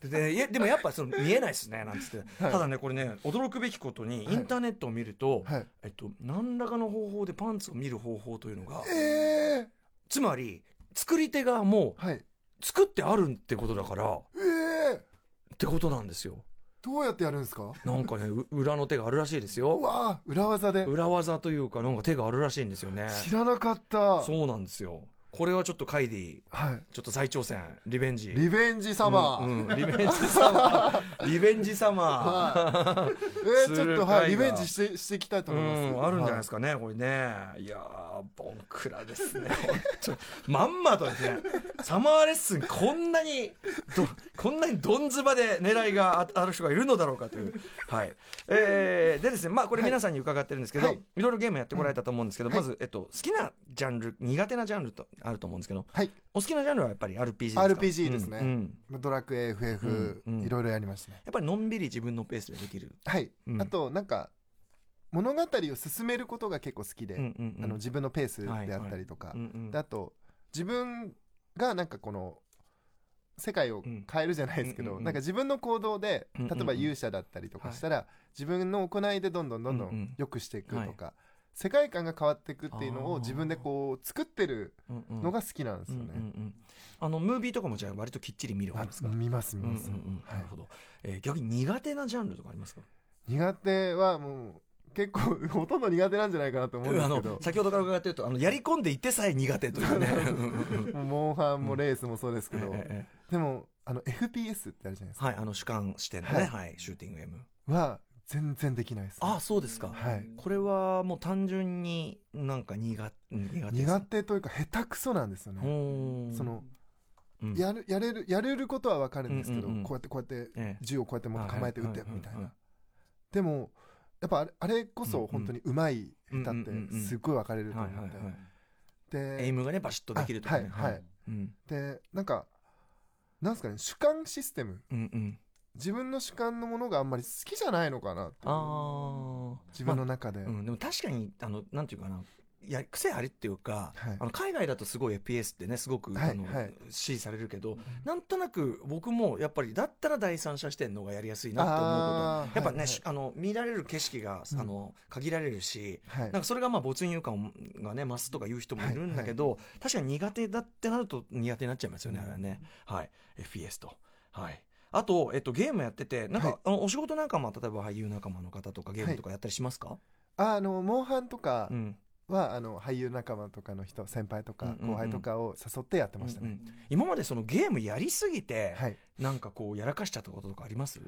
A: て。でいやでもやっぱその見えないですねなんつって、
C: はい
A: ただねこれね驚くべきことに
C: はい
A: インターネットを見ると、
C: はい
A: えっと、何らかの方法でパンツを見る方法というのが
C: え
A: つまり作り手側も
C: ー、はい
A: 作ってあるってことだからっ
C: えー、
A: てことなんですよ
C: どうやってやるんですか
A: なんかねう裏の手があるらしいです
C: う
A: よ
C: わー裏技で
A: 裏技というかなんか手があるらしいんですよね
C: 知らなかった
A: そうなんですよこれはちょっとカイディ
C: はい
A: ちょっと再挑戦リベンジ
C: リベンジサマー、
A: うんうんリベンジサマーリベンジサ マー
C: はい え
A: す
C: ー、ちょっ
A: る
C: と、はい、
A: 会
C: リ
A: が
C: ベンジしてしていきたいと
A: う
C: 思います、
A: ん、あるんじゃないで
C: か
A: すかね、これね。いやー、ボンクラですね、 本当にまんまとですね、サマーレッスン、こんなに、どこんなにどんずばで狙いがあある人がいるのだろうかという。はい。えー、でですね、まあ、これ皆さんに伺ってるんですけど、
C: はいい、
A: ろいろゲームやってこられたと思うんですけど、
C: はい
A: まず、えっと、好きなジャンル、苦手なジャンルとあると思うんですけど、
C: はい
A: お好きなジャンルはやっぱり RPG ですか
C: RPG ですね
A: うんうん
C: まあドラクエ FF、
A: うんうん
C: いろいろやりましたね
A: やっぱりのんびり自分のペースでできる。
C: はい、
A: うん
C: あとなんか物語を進めることが結構好きで、
A: うんうんうん
C: あの自分のペースであったりとか、
A: うんうん
C: であと自分がなんかこの世界を変えるじゃないですけど、
A: うんうんうん
C: なんか自分の行動で
A: うんうんうん
C: 例えば勇者だったりとかしたら、自分の行いでどんどんどんど
A: うんうん
C: ん良くしていくとか、世界観が変わっていくっていうの
A: あ
C: を
A: ー
C: 自分でこう作ってる
A: うんうん
C: のが好きなんですよね。
A: うんうんうんあのムービーとかもじゃあ割ときっちり見る方
C: あ
A: ですか。
C: 見ます見
A: うんうん
C: ます、
A: うん
C: はい
A: なるほど。えー逆に苦手なジャンルとかありますか。
C: 苦手はもう結構ほとんど苦手なんじゃないかなと思うん
A: あ
C: ですけ
A: の
C: ど
A: 先ほどから伺ってるとあのやり込んでいてさえ苦手と いうね。
C: もうモンハンもレースもそうですけ
A: え
C: ど、
A: ええ
C: でもあの FPS ってあるじゃないです
A: えはいあの主観視点のね
C: はい
A: はいシューティングゲーム。
C: かは全然できないです、
A: あそうですか。
C: はい
A: これはもう単純になんか苦苦手です
C: 苦
A: か。
C: 手というか下手くそなんですよね
A: ほー
C: その
A: うんうん
C: やるやれるやれることは分かるんですけど、
A: うんうんうん
C: こうやってこうやって
A: ええ
C: 銃をこうやって持って構えて撃ってみた
A: はいはいは
C: い
A: いはい
C: なでもやっぱあれあれこそ本当にうまい
A: うん
C: 下手っ
A: うんうんう
C: て
A: ん
C: すっごい分かれると思
A: は
C: っ
A: い
C: て、
A: はいはいエイ
C: で
A: ムがねバシッとできるとかね
C: あはいはい
A: うん
C: でなんかなんですかね主観システム
A: うんうん
C: 自分の主観のものがあんまり好きじゃないのかなっていう
A: ああ
C: 自分の中で、
A: うん、でも確かにあのなんていうかないや癖ありっていうか、
C: はい
A: あの海外だとすごい FPS ってねすごく、
C: はい
A: あの
C: はい
A: 支持されるけどなんとなく僕もやっぱりだったら第三者視点の方がやりやすいなって思うことは
C: あー
A: やっぱ
C: はいは
A: ね、
C: い
A: しあの見られる景色が、あの限られるし
C: はい
A: なんかそれがまあ没入感がね増すとか言う人もいるんだけど、確かに苦手だってなると苦手になっちゃいますよね、あれはね。はい、FPS と。はいあと、えっと、ゲームやってて、なんか、
C: はい
A: あのお仕事なんかも、例えば俳優仲間の方とか、ゲームとかやったりしますか、
C: ああのモンハンとか
A: うん、
C: は、あの俳優仲間とかの人先輩と
A: うん
C: か
A: うんうん
C: 後輩とかを誘ってやってましたね、
A: うんうん今までそのゲームやりすぎて、
C: はい
A: なんかこうやらかしちゃったこととかあります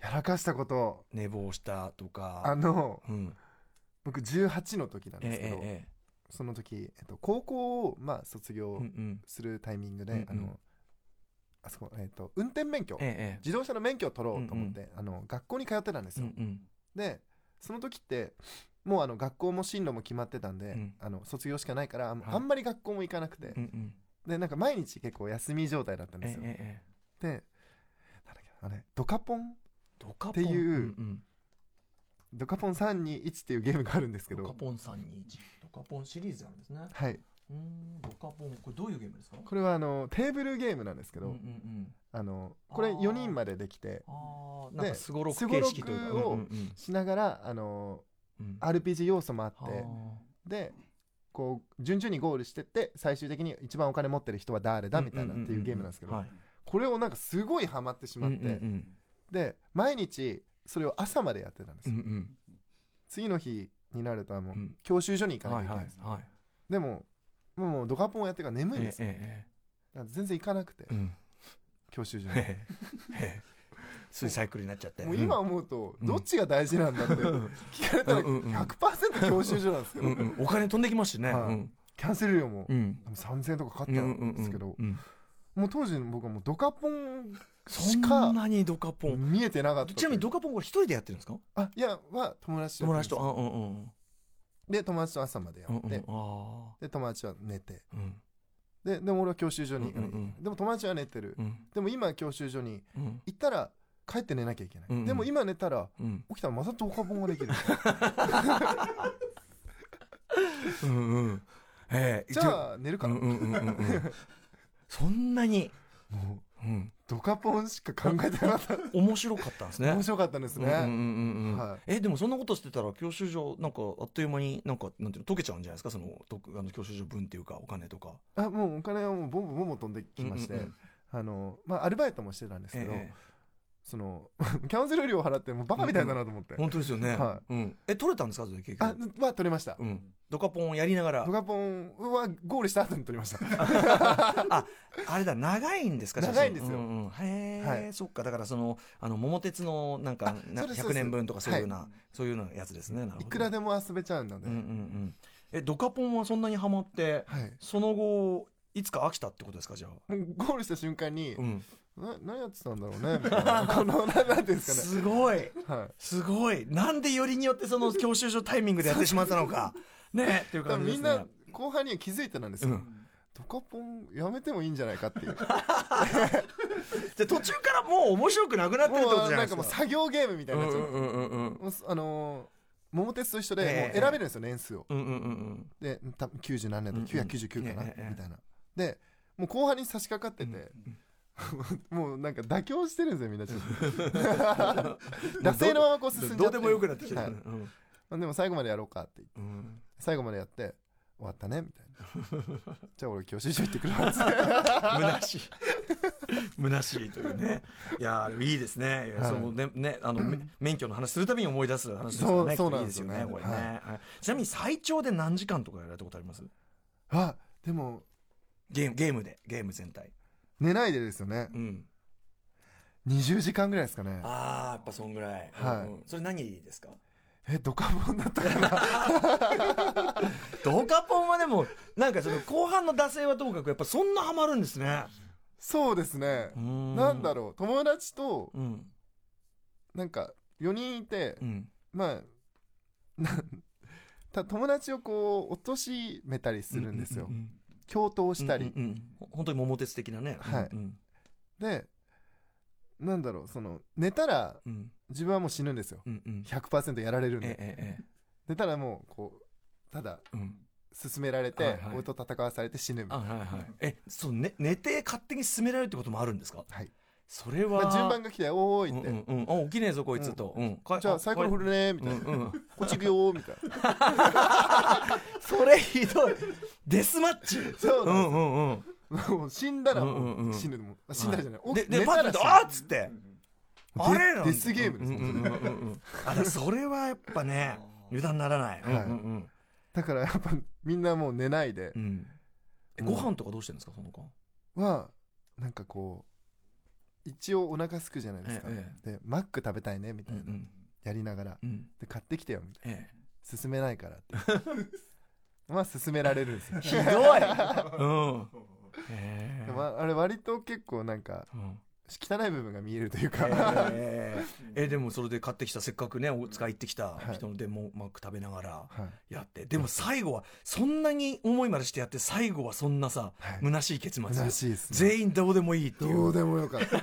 C: やらかしたこと
A: 寝坊したとか
C: あの
A: うん
C: 僕18の時なん
A: え
C: です
A: え
C: けど、
A: え
C: その時、えっと、高校を、まあ、卒
A: え
C: 業
A: うんうん
C: するタイミングで、
A: うんうん
C: あのあそこ、えっと、運転免許、
A: えええ
C: 自動車の免許を取ろうと思って、あの学校に通ってたんです
A: えう
C: よ、
A: んうん
C: でその時ってもうあの学校も進路も決まってたんで、
A: うん
C: あの卒業しかないからあん,、
A: はい
C: あんまり学校も行かなくて、
A: うんうん
C: でなんか毎日結構休み状態だったん
A: え
C: です
A: え
C: よ、
A: ええええ
C: でなんだっけあれドカポン
A: ドカポン
C: っていう
A: うん
C: ドカポン321っていうゲームがあるんです
A: う
C: け
A: ん、ドカ
C: ど
A: ポン321ドカポンシリーズなんですね
C: はい
A: うんドカポンこれどういうゲームですか
C: これはあのテーブルゲームなんですけ
A: うんう
C: ど、
A: んうん
C: あのこれ
A: あー
C: 4人までできて
A: ああなんか
C: です
A: ごろく
C: すごろ
A: 形式
C: く
A: というか
C: を
A: うんうん
C: しながらあの
A: うん、
C: RPG 要素もあっ
A: は
C: てでこう順々にゴールしてって最終的に一番お金持ってる人は誰だみたいなっていうゲームなんですけど、
A: はい
C: これをなんかすごいハマってしまって、
A: うんうん
C: で毎日それを朝までやってたんです
A: うん
C: よ、
A: うん
C: 次の日になるとはもう、
A: うん
C: 教習所に行
A: う
C: か
A: ん
C: なきゃ
A: はい
C: いけ
A: は
C: ないいんで
A: はい
C: すよ、でももうもうドカポンやってるから眠いんですよ、
A: ええ
C: だから全然行かなくて、
A: ええうん
C: 教習所に
A: ええええそういうサイクルになっちゃって。
C: もう今思うと
A: うん
C: どっちが大事なんだって聞かれたら
A: うんうんうん
C: 100%教習所なんですけ
A: うん、う
C: ど
A: んうんお金飛んできますしね。う
C: はい
A: ん
C: キャンセル料も
A: うん。
C: 多分3000円とかかか
A: う
C: った
A: んうんん
C: ですけど
A: うん
C: もう当時の僕はもうドカポン
A: そ
C: し
A: ん
C: か
A: なにドカポン。
C: 見えてなかった
A: ちなみにドカポンは一人でやってるんですか
C: あいやは友達と
A: 友達と。
C: やって
A: あうんうん
C: ますで友達と朝までや
A: うん。
C: っ
A: うんう
C: て
A: んあ
C: で友達は寝て
A: あ。うん
C: ででも俺は教習所に行かなきゃいけ
A: うんうん
C: ないでも友達は寝てる
A: うん
C: でも今教習所に
A: うん
C: 行ったら帰って寝なきゃいけな
A: うんうん
C: いでも今寝たら
A: うん
C: 起きたらまたドカポンができ る
A: うんうん。ええ。
C: じゃあ寝る
A: う
C: か
A: ん
C: ら
A: うんうんうん うん。そんなに。
C: もう
A: うん。
C: ドカポンしか考えてなかった
A: 面白かったんですね。
C: 面白かったですね、
A: うんうんうんうん
C: はい
A: えでもそんなことしてたら教習所なんかあっという間になんかなんていうの溶けちゃうんじゃないですかそのとあの教習所分っていうかお金とか。
C: あもうお金はもうボンボンボンボン飛んできまして、
A: うんうんうん
C: あのまあ、アルバイトもしてたんですけど、
A: え
C: そのキャンセル料を払ってもうバカみたいだなと思って、
A: え本当ですよね。
C: は
A: うん、え取れたんですかそれ結
C: あ
A: 局。
C: は取れました、
A: うん、ドカポンをやりながら
C: ドカポンはゴールした後に取り ました
A: ああれだ長いんですか
C: 長いんです
A: 写
C: よ
A: 真うんうんへえ、
C: はい
A: そっかだからそのあの桃鉄のなんか
C: あ
A: な
C: そうです
A: 100年分とかそういうような、
C: は
A: そういうようなやつですねなるほ
C: い
A: ど
C: くらでも遊べちゃうので、
A: うんうんうんえドカポンはそんなにハマって
C: はい
A: その後いつか飽きたってことですかじゃあ、
C: もうゴールした瞬間に、
A: うん、
C: な何やってたんだろうね みたいなこのななんていうんですか
A: す
C: ね
A: ごい
C: はい
A: すごいなんでよりによってその教習所タイミングでやってしまったの かねっていう
C: 多
A: 感じ
C: 分
A: で
C: み
A: す
C: ん
A: ね
C: な後半には気づいてなんですよ、
A: うん
C: ドカポンやめてもいいんじゃないか ってい
A: じ
C: う
A: ゃあ途中からもう面白くなくなってるってこ
C: も
A: と
C: う
A: じゃな
C: ないん
A: で
C: か
A: す
C: もう
A: か
C: 作業ゲームみたいになっちゃう、
A: うんうんうんうん
C: もうすあのー桃鉄と一緒でもう
A: ええ
C: 選べるんですよ、年数を。
A: うんうんうん
C: で、多分90何年だ、
A: うんうん
C: 999かな、
A: ええええ
C: みたいな。で、もう後半に差し掛かってて、もうなんか妥協してるんですよ、みんなち ょっと。惰性のままこう進んじゃ
A: う
C: っ
A: ん。
C: て
A: どうでもよくなってきてる。
C: は
A: う
C: い
A: ん
C: でも最後までやろうかって言って、
A: うん
C: 最後までやって、終わったね、みたいな。 じゃあ俺、教習所行ってくるわっつって
A: 虚しい。虚しいというね。いやー、いいですね。いや
C: はい
A: そのね、ね、あの、め免許の話するたびに思い出す話ですから
C: そう
A: ね。
C: そう
A: これ
C: な
A: い
C: い
A: で
C: んですす
A: よ
C: よ
A: ね、
C: ね
A: これね。
C: はい
A: はいちなみに最長で何時間とかやられたことあります
C: あ、でも、
A: ゲーム、ゲームで、ゲーム全体。
C: 寝ないでですよね
A: う。ん。
C: 20時間ぐらいですかね。
A: ああ、やっぱそんぐらい。
C: はい
A: うんうんそれ何ですか
C: え、ドカモンだったかな。
A: ドカポンはでも、なんかその後半の惰性はともかく、やっぱそんなハマるんですね。
C: そうですね
A: う。ん
C: なんだろう、友達と、
A: うん
C: なんか、4人いて、
A: うん
C: まあ、なた友達をこう、貶としめたりするんですよ
A: う。ん
C: 共闘したり。
A: うんうんうんほ本当に桃鉄的なね
C: はい
A: うん
C: で、なんだろう、その、寝たら、
A: うん
C: 自分はもう死ぬんですよ。
A: うんうん
C: 100%やられるん
A: ええ
C: で。
A: え
C: 寝たらもう、こう、ただ、
A: えうん
C: 進められて、
A: はいはい
C: 俺と戦わされて死ぬみた
A: あ
C: いな。
A: はいはいえそうね寝て勝手に進められるってこともあるんですか
C: はい
A: それは
C: まあ、順番
A: が
C: が来て、おーいって。
A: うんうんうんあ起きねえぞこいつとうんか
C: じゃあサイコロ振るねーみ
A: う
C: たい
A: ん
C: な、
A: うん
C: こっち行くよーみたい な
A: それひどいデスマッチ
C: そう
A: う
C: なん
A: んうんうん
C: ですもう死んだら
A: うんうん
C: も
A: うん
C: う死ぬもうあ死んだらじゃない、
A: で
C: お
A: で
C: 寝
A: パ
C: た
A: ッ
C: ら
A: と
C: 死ぬ
A: あっつってあれなんだ
C: デスゲームです、
A: う
C: も
A: ん
C: ん
A: う
C: それ
A: んうんうんうんあだそれはやっぱね油断ならないうん
C: はい
A: うんうん
C: だからやっぱみんなもう寝ないで
A: うん、え
C: うん
A: ご飯とかどうしてるんですかその間
C: はなんかこう一応お腹空くじゃないですか、
A: え
C: でマック食べたいねみた
A: う
C: い
A: んう
C: な、
A: ん
C: やりながら
A: うん
C: で買ってきてよみたい
A: え
C: な進めないからって まあ進められるんですよ
A: えひどい うんえ
C: でもああれ割と結構なんか
A: うん
C: 汚い部分が見えるという か、
A: えええでもそれで買ってきたせっかくねお使い行ってきた
C: はい
A: 人のでもマック食べながら
C: はい
A: やってでも最後はそんなに思いまでしてやって最後はそんなさ
C: はい
A: 虚しい結末
C: 虚しいですね
A: 全員どうでもいいってい
C: ど
A: う
C: うでもよかった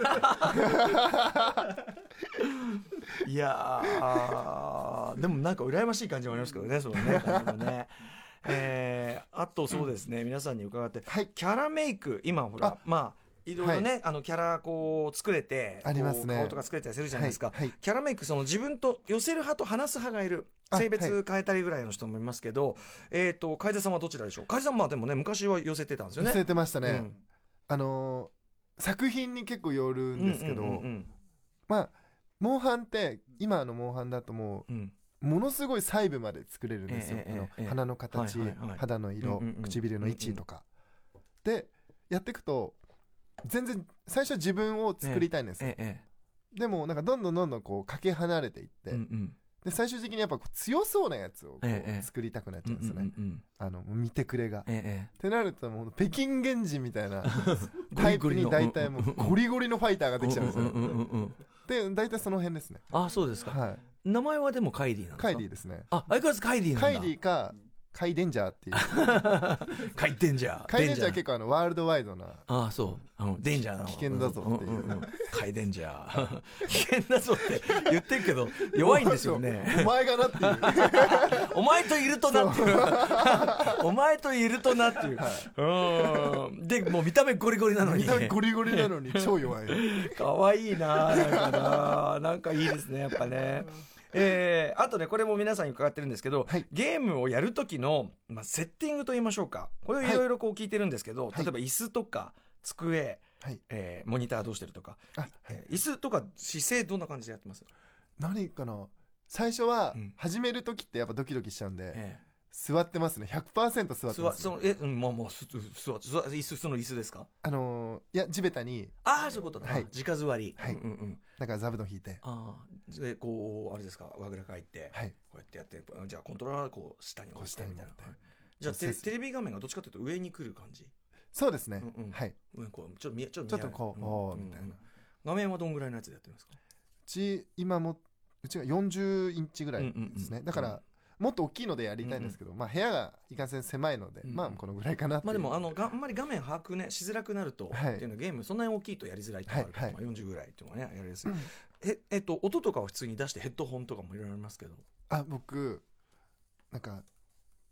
A: いやーでもなんか羨ましい感じもありますけどねそのね感じもねえーあとそうですね皆さんに伺って
C: はい
A: キャラメイク今ほら
C: あ
A: まあいろいろね、あのキャラこう作れて
C: あります
A: こ
C: ね
A: う顔とか作れたりするじゃないですか、
C: はいはい
A: キャラメイクその自分と寄せる派と話す派がいる
C: あ
A: 性別変えたりぐらいの人もいますけど、えっ、と楓さんはどちらでしょう楓さんはでもね昔は寄せてたんですよね
C: 忘れてましたね、
A: うん
C: あのー作品に結構よるんですけど、
A: うんうん
C: まあモンハンって今のモンハンだとも
A: うんうん
C: うものすごい細部まで作れるんですよ
A: え、えええ
C: あの
A: ええ
C: 鼻の形、
A: はいはいはい
C: 肌の色、
A: うんうんうん
C: 唇の位置とか、でやっていくと全然最初は自分を作りたいんですよ、
A: ええ
C: でもなんかどんどんどんどんこうかけ離れていって、
A: ええうんうん
C: で最終的にやっぱこう強そうなやつをこう
A: ええええ
C: 作りたくなっち
A: うん
C: ゃうんですよね、
A: うんうん
C: あの見てくれが、
A: ええ
C: ってなるともう北京源氏みた いな
A: ゴ
C: タ
A: リ
C: イ
A: ゴリ
C: プに
A: の
C: 大体もうゴリゴリのファイターが
A: う
C: で
A: ん
C: きちゃうんですよ、
A: うんうんうんうんうん
C: で大体その辺ですね
A: あそうですか、
C: はい
A: 名前はでもカイディなんですか
C: カイディですね
A: あ相変わらずカイディなんだ
C: カイディかカイデンジャー っていう
A: カイデンジャー
C: カイデンジャーは結構あのワールドワイドな
A: ああそう、うん、デンジャーな
C: 危険だぞっていうん
A: んん怪デンジャー 危険だぞって言ってるけど弱いんですよね
C: お前が なっていう
A: お前といるとなっていう お前といるとなっていう、うんでもう見た目ゴリゴリなのに
C: みんなゴリゴリ なのに超弱い
A: 可愛いななんかななんかいいですねやっぱねえーあとねこれも皆さんに伺ってるんですけど、
C: はい
A: ゲームをやる時の、まあ、セッティングと言いましょうかこれをいろいろこう聞いてるんですけど、
C: はい
A: 例えば椅子とか机、
C: はい
A: えーモニターどうしてるとか、
C: あはい
A: えー椅子とか姿勢どんな感じでやってます、
C: 何かな最初は
A: うん
C: 始める時ってやっぱドキドキしちゃうんで
A: え
C: 座ってますね100%座
A: ー、
C: って
A: 座
C: ます
A: そ
C: ね
A: のえうんまあまあすす座座椅子その椅子ですか
C: あのーいや地べたに
A: ああそういうことだ、
C: はい
A: 直座り、
C: はい
A: うんうんうん、
C: なんか座布団引いて
A: ああでこうあれですか和倉帰って、
C: はい
A: こうやってやってじゃあコントローラーこう下に置いてみたいな
C: こう下に置いて
A: はいじゃあ
C: そう
A: テ
C: で
A: レ
C: す
A: テレビ画面がどっちかというと上に来る感じ
C: そうですね
A: うんうん
C: はい
A: 上こうちょっと見えちょっ
C: ち
A: と
C: ょっ
A: 見え
C: とこうおーみたいな
A: うんうん画面はどんぐらいのやつでやってるんですか
C: うち今もうちが40インチぐらい
A: うんうんうん
C: ですねだからもっと大きいのでやりたいんですけど、まあ部屋がいかんせん狭いので、
A: うん
C: まあこのぐらいかなってい
A: まあ
C: う
A: でもあのがあんまり画面把握ねしづらくなると、
C: はい
A: っていうのはゲームそんなに大きいとやりづらいっていうのがあるから、まあ、40ぐらいっていうのはねやりやすい、
C: うん
A: ええっと音とかは普通に出してヘッドホンとかもいろいろありますけど
C: あ僕なんか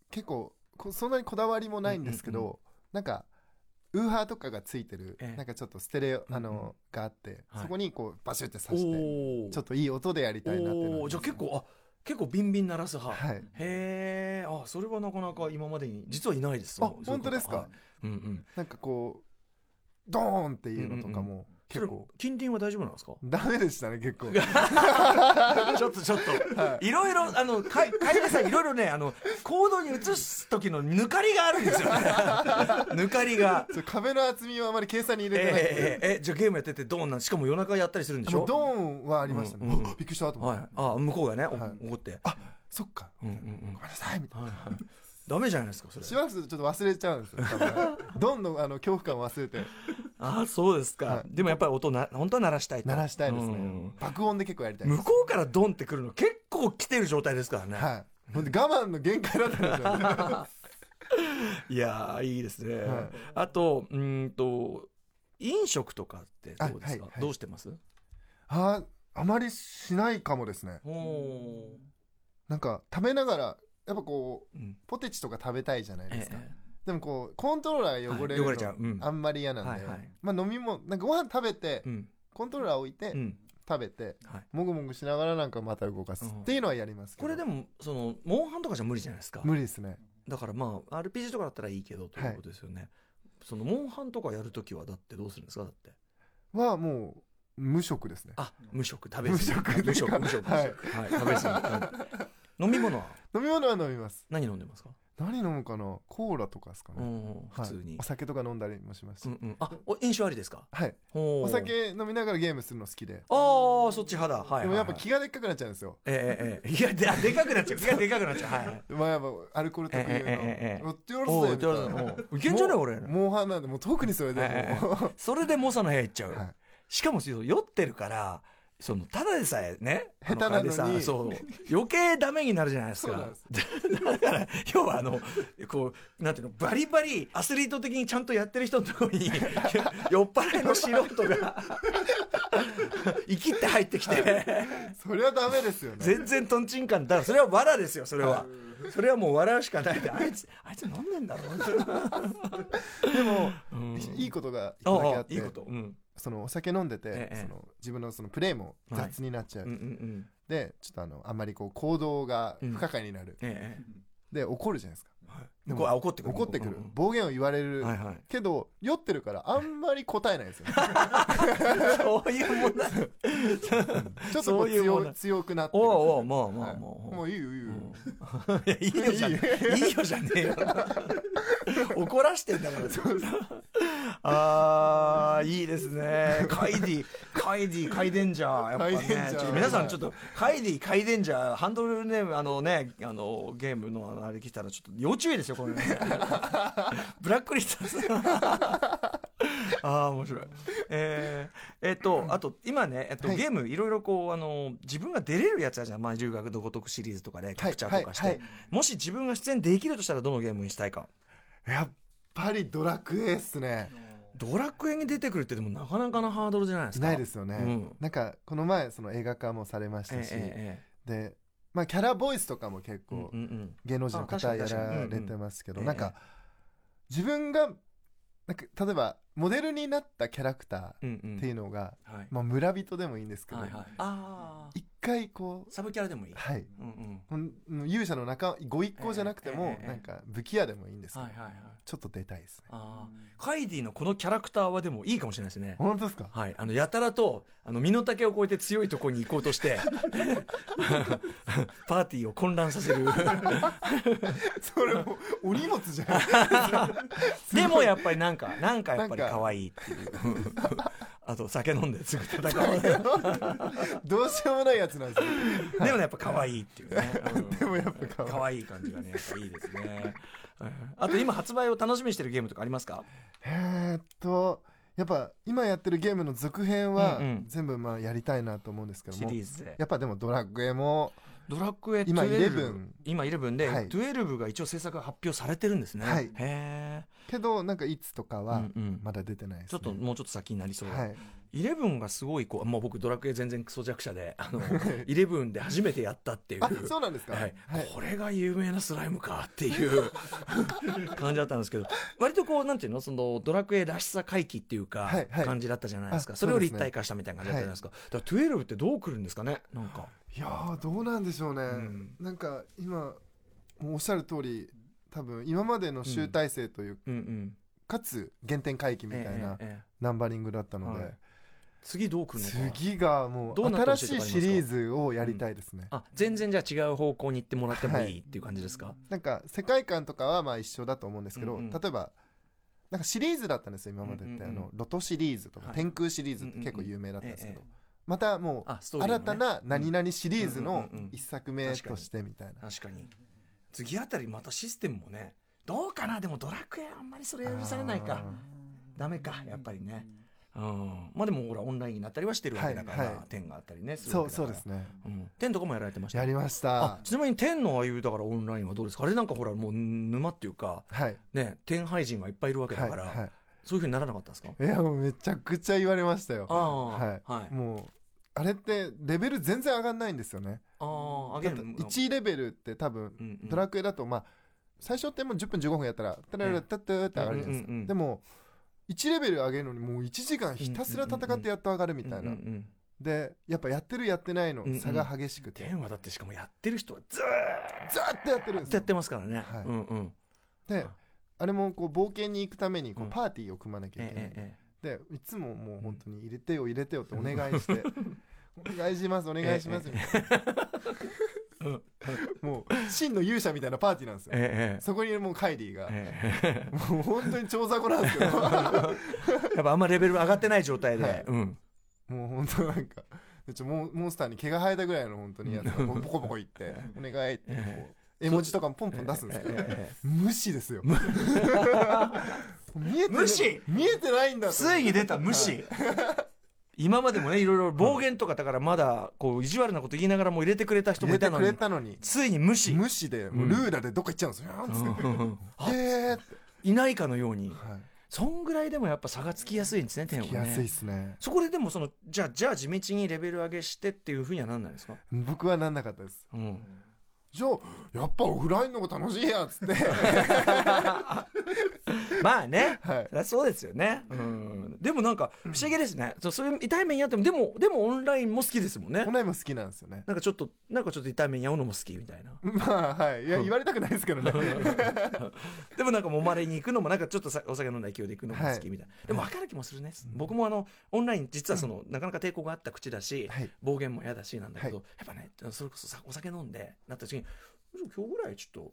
C: 結構こそんなにこだわりもないんですけど、
A: うんう
C: なんかウーハーとかがついてる、
A: ええ
C: なんかちょっとステレオあの、
A: うんうん
C: があって、
A: はい
C: そこにこうバシュって
A: お
C: 刺して
A: ー
C: ちょっといい音でやりたいなっていうの
A: お
C: は
A: ーじゃあ
C: り
A: 結
C: ますね
A: 構あ結構ビンビン鳴らす派、
C: はい
A: へえあそれはなかなか今までに実はいないです
C: あ
A: そういう方
C: 本当ですか
A: はいうんうん
C: なんかこうドーンっていうのとかも
A: そ
C: 結
A: れ
C: 構、
A: 近隣は大丈夫なんですか
C: ダメでしたね結構
A: ちょっとちょっと、、
C: はい
A: ろいろあのか楓さんいろいろねあの行動に移す時の抜かりがあるん ですよね抜かりが
C: そう壁の厚みをあまり計算に入
A: え
C: れてない、
A: ええええじゃあゲームやっててどうなんしかも夜中やったりするんでし
C: も
A: ょ
C: うドーンはありましたね、
A: うんうん
C: びっくりしたと思っ
A: は
C: て、
A: い、あ向こうがね、お
C: はい
A: 怒って
C: あそっか、
A: うんうん
C: ごめんなさいみたい
A: うんはいはいダメじゃないですかそれ
C: なしばらくするとちょっと忘れちゃうんですよ多分どんどんあの恐怖感を忘れて
A: ああそうですか、
C: はい
A: でもやっぱり音な本当は鳴らしたいと
C: 鳴らしたいですね、
A: うん
C: 爆音で結構やりたいです
A: 向こうからドンってくるの結構来てる状態ですからね、
C: はいほんで我慢の限界だったんですよね
A: い、やーいいですね、
C: はい
A: あとうーんと飲食とかってどうですか、
C: あはいはい
A: どうしてます
C: ああまりしないかもですね
A: ほ
C: なんか食べながらやっぱこう
A: う、うん
C: ポテチとか食べたいじゃないですか、
A: え
C: でもこうコントローラーが汚れる
A: はい汚
C: の
A: れちゃううん
C: あんまり嫌なんで、
A: はいはい
C: まあ飲み物なんかご飯食べ
A: え
C: て、
A: うん
C: コントローラー置いて、
A: うん
C: 食べて
A: はい、
C: もぐもぐしながらなんかまた動かすっていうのはやりますけど
A: これでもそのモンハンとかじゃ無理じゃないですか
C: 無理ですね
A: だからまあ RPG とかだったらいいけどということですよね、そのモンハンとかやるときはだってどうするんですかだって
C: はもう無職ですね
A: あ無食食べずに
C: 無職
A: 無食無食、
C: は
A: はい
C: い
A: はい、食べずに、はい飲み物は
C: 飲み物は飲みます
A: 何飲んでますか、
C: 何飲むかなコーラとかですか
A: う
C: ね、
A: ん普
C: はい
A: 通に、
C: お酒とか飲んだりもしますし、
A: うんうん、あお飲酒ありですか
C: はい
A: お
C: お酒飲みながらゲームするの好きで、
A: ああそっち派だはいはい、はい、
C: でもやっぱ気がでっかくなっちゃうんですよ
A: ええええいやであでかくなっちゃう気がでかくなっちゃうはい、はい、
C: まあやっぱアルコール特有の
A: ええええええ
C: 「おってよろ
A: お
C: す
A: うい
C: ぜ」み
A: ける
C: たい
A: ぞ
C: な
A: おういけんじゃね俺
C: もうモンハンなんでもう特にそれでもう、
A: ええそれで猛者の部屋行っちゃう、
C: はい
A: しかもそう酔ってるからそのただでさえね
C: 下手なのに
A: あ感じさそう余計ダメになるじゃないです
C: そうな
A: か
C: んです
A: だから要はあのこうなんていうのバリバリアスリート的にちゃんとやってる人のとこ ろに酔っ払いの素人が生きって入ってきて
C: それはダメですよね
A: 全然とんちんかんだからそれは藁ですよそれはそれはもう笑うしかないであいつあいつ飲んでんだろ
C: でも、
A: うん
C: いいことが一個だけあ
A: あ
C: っ
A: あ
C: て
A: いいことうん
C: そのお酒飲んでて、
A: ええ
C: その自分のそのプレーも雑になっちゃう、
A: うんうんうん
C: でちょっとあのあんまりこう行動が不可解になる、
A: ええ
C: で怒るじゃないですか
A: えこうあ怒ってくる
C: 怒ってくる、
A: うんうん
C: 暴言を言われる、
A: はいはい
C: けど酔ってるからあんまり答えないん ですよ
A: そういうもん なの
C: ちょっとこ
A: そう
C: う
A: いうもんだ
C: 強強くなってる
A: おうおうまあまあ
C: はい
A: まあ
C: もういいよいいよ、
A: いやいいよじゃねえいいよじゃねえよ怒らしてんだからあーいいですねカイディカイディカイデンジャーやっぱ
C: カイデン
A: ね
C: ジャー
A: ちょ皆さんちょっとカイディカイデンジャーハンドルネームあのねあのゲームのあれ来たらちょっと要注意ですよこれブラックリストですああ面白いえーえっとあと今ね、えっと
C: はい
A: ゲームいろいろこうあの自分が出れるやつあるじゃん「まあ、留学のごとく」シリーズとかで、キャプチャーとかして、
C: はいはい
A: もし自分が出演できるとしたらどのゲームにしたいか
C: やっぱりドラクエっすね
A: ドラクエに出てくるってでもなかなかのハードルじゃないですか
C: ないですよね、
A: うん
C: なんかこの前その映画化もされまし
A: ええ
C: たし、
A: え
C: でまあキャラボイスとかも結
A: えうん
C: 構
A: うんうん
C: 芸能人の方
A: あ
C: や
A: 確かに
C: られてますけど、
A: うんうん
C: なんか、自分がなんか例えばモデルになったキャラクタ
A: うんう
C: ー
A: ん
C: っていうのが、
A: はい
C: まあ、村人でもいいんですけど、
A: はいはいああ
C: 一回こう
A: サブキャラでもいい、
C: はい
A: うんうん
C: ほん勇者の仲ご一行じゃなくて
A: ええ
C: も
A: え、えええ
C: なんか武器屋でもいいんですけ
A: はい
C: ど、
A: はいはい
C: ちょっと出たいですね
A: あーカイディのこのキャラクターはでもいいかもしれないですね
C: 本当ですか
A: はい、あのやたらとあの身の丈を超えて強いところに行こうとして パーティーを混乱させ る
C: それもうお荷物じゃない
A: でもやっぱりなんかなんかやっぱり
C: なんか
A: 可愛いっていう あと酒飲んですぐ戦 うでも
C: どうしようもないやつなんですよ
A: ねやっぱ可愛いっていうね、うん
C: でもやっぱ可愛い
A: 可愛い感じがねやっぱいいですねうんあと今発売を楽しみにしてるゲームとかありますか
C: えーっとやっぱ今やってるゲームの続編は
A: うんうん
C: 全部まあやりたいなと思うんですけど
A: シ
C: も
A: リーズで
C: やっぱでもドラッグエも
A: ドラクエ
C: 今
A: 12
C: 11
A: 今11で、
C: はい
A: 12が一応制作が発表されてるんですね、
C: はい
A: へえ
C: けどなんかいつとか
A: う
C: は
A: んうん
C: まだ出てないです、
A: ちょ
C: ね
A: っともうちょっと先になりそうだ、
C: はい
A: イレブンがすごいこうもう僕ドラクエ全然クソ弱者であの イレブンで初めてやったっていう
C: あそうなんですか
A: はいこれが有名なスライムかっていう 感じだったんですけど割とこうなんていうのそのドラクエらしさ回帰っていうか、
C: はいはい
A: 感じだったじゃないですか
C: あ
A: それを
C: そうで
A: 立
C: すね
A: 体化したみたいな感じだったじゃないですか、だから12ってどう来るんですかねなんか
C: いやーどうなんでしょうね、
A: ん
C: なんか今もうおっしゃる通り多分今までの集大成という、
A: うんうん
C: かつ原点回帰みたいな
A: えええええ
C: ナンバリングだったので、
A: はい次どう来るのかな
C: 次がも
A: どう
C: う
A: なってほ
C: 新
A: しい
C: し
A: とかありま
C: い
A: すか
C: シリーズをやりたいですね、
A: あ全然じゃあ違う方向に行ってもらっても
C: はい
A: い
C: い
A: っていう感じですか、
C: なんか世界観とかはまあ一緒だと思うんですけど、
A: うんうん
C: 例えばなんかシリーズだったんですよ今までって、
A: うんうんうん
C: あのロトシリーズとか、
A: はい
C: 天空シリーズって結構有名だったんですけど、
A: ええ
C: またもう
A: あストーリーの
C: 新
A: ね
C: たな何々シリーズの
A: うんうんうんうん
C: 一作目としてみたいな、
A: 確かに次あたりまたシステムもねどうかなでもドラクエあんまりそれ許されないか
C: あー
A: ダメかやっぱりね、うん、まあでもほらオンラインになったりはしてるわけだから、
C: はいはい
A: 点があったりね
C: そうそうです
A: ね、
C: ね
A: うん、点とかもやられてました
C: やりまし
A: あ
C: た
A: ちなみに天のああいうだからオンラインはどうですかあれなんかほらもう沼っていうか
C: はい
A: ね天廃人がいっぱいいるわけ
C: は
A: だ
C: い
A: から、
C: は
A: そういうふうにならなかったんですか
C: いいやもうめちゃくちゃ言われましたよ
A: ああ
C: はい、
A: はい
C: もうあれってレベル全然上がんないんですよね
A: あああげ
C: だっ
A: る
C: て
A: の
C: 1レベルって多分
A: うんうん
C: ドラクエだとまあ最初ってもう10分15分やったらタララタッタッって上がるじゃないです
A: うんうんうんうん
C: かでも1レベル上げるのにもう1時間ひたすら戦ってやっと上がるみたい
A: うんう
C: なん
A: うん
C: でやっぱやってるやってないの
A: うんうん
C: 差が激しくて
A: 天はだってしかもやってる人はずー
C: ずーっとやってるん
A: っ
C: です
A: とや
C: よ
A: ってますからね、
C: はい
A: うんうん
C: であれもこう冒険に行くためにこ
A: う
C: うんパーティーを組まなきゃいけない
A: えええ
C: でいつももう本当に入れてよ入れてよってお願いしてお願いしますお願いしますみたい
A: ええ
C: なもう真の勇者みたいなパーティーなんですよ
A: ええ
C: そこにもうカイリーが
A: えええ
C: もう本当に調査後なんですけども
A: えやっ ぱあんまレベル上がってない状態で、
C: はい
A: うん
C: う本当なんかちょモンモンスターに毛が生えたぐらいの本当にやつがボコボコいって「お願い」ってこ
A: え
C: う絵文字とかもポンポン出すんですけど
A: ええ
C: 無視ですよ見えてない
A: 無視
C: 見えてないんだと思っ
A: つ
C: て
A: いに出た無視今までもねいろいろ暴言とかだからまだこう意地悪なこと言いながらも入れてくれた人
C: 入
A: も
C: れ
A: い
C: て
A: たの
C: くれ
A: に
C: たのに
A: ついに無視
C: 無視でもうルーラでどっか行っちゃうんですよなんつって
A: うんうんうん
C: えーって
A: いないかのように
C: は
A: そんぐらいでもやっぱ差がつきやすいんですね
C: い
A: 天は
C: 来やすいで
A: ね
C: すね
A: そこででもそのじゃあじゃあ地道にレベル上げしてっていうふうにはなんないですか、
C: 僕はなんなかったです
A: うん、
C: じゃあやっぱオフラインの方が楽しいやっ つって
A: まあね
C: はい
A: そりゃそうですよね、うん、でもなんか不思議ですね、そうそういう痛い目にあってもでもでもオンラインも好きですもんね
C: オンラインも好きなんですよね
A: なんかちょっとなんかちょっと痛い目に遭うのも好きみたいな
C: まあはいいや言われたくないです けどね
A: でもなんかもまれに行くのもなんかちょっとさお酒飲んだ勢いで行くのも好
C: は
A: きみたいな、でも分かる気もするね、僕もあのオンライン実はその、なかなか抵抗があった口だし、
C: はい
A: 暴言も嫌だしなんだけど、
C: は
A: やっぱねそれこそさお酒飲んでなった時に今日ぐらいちょっと。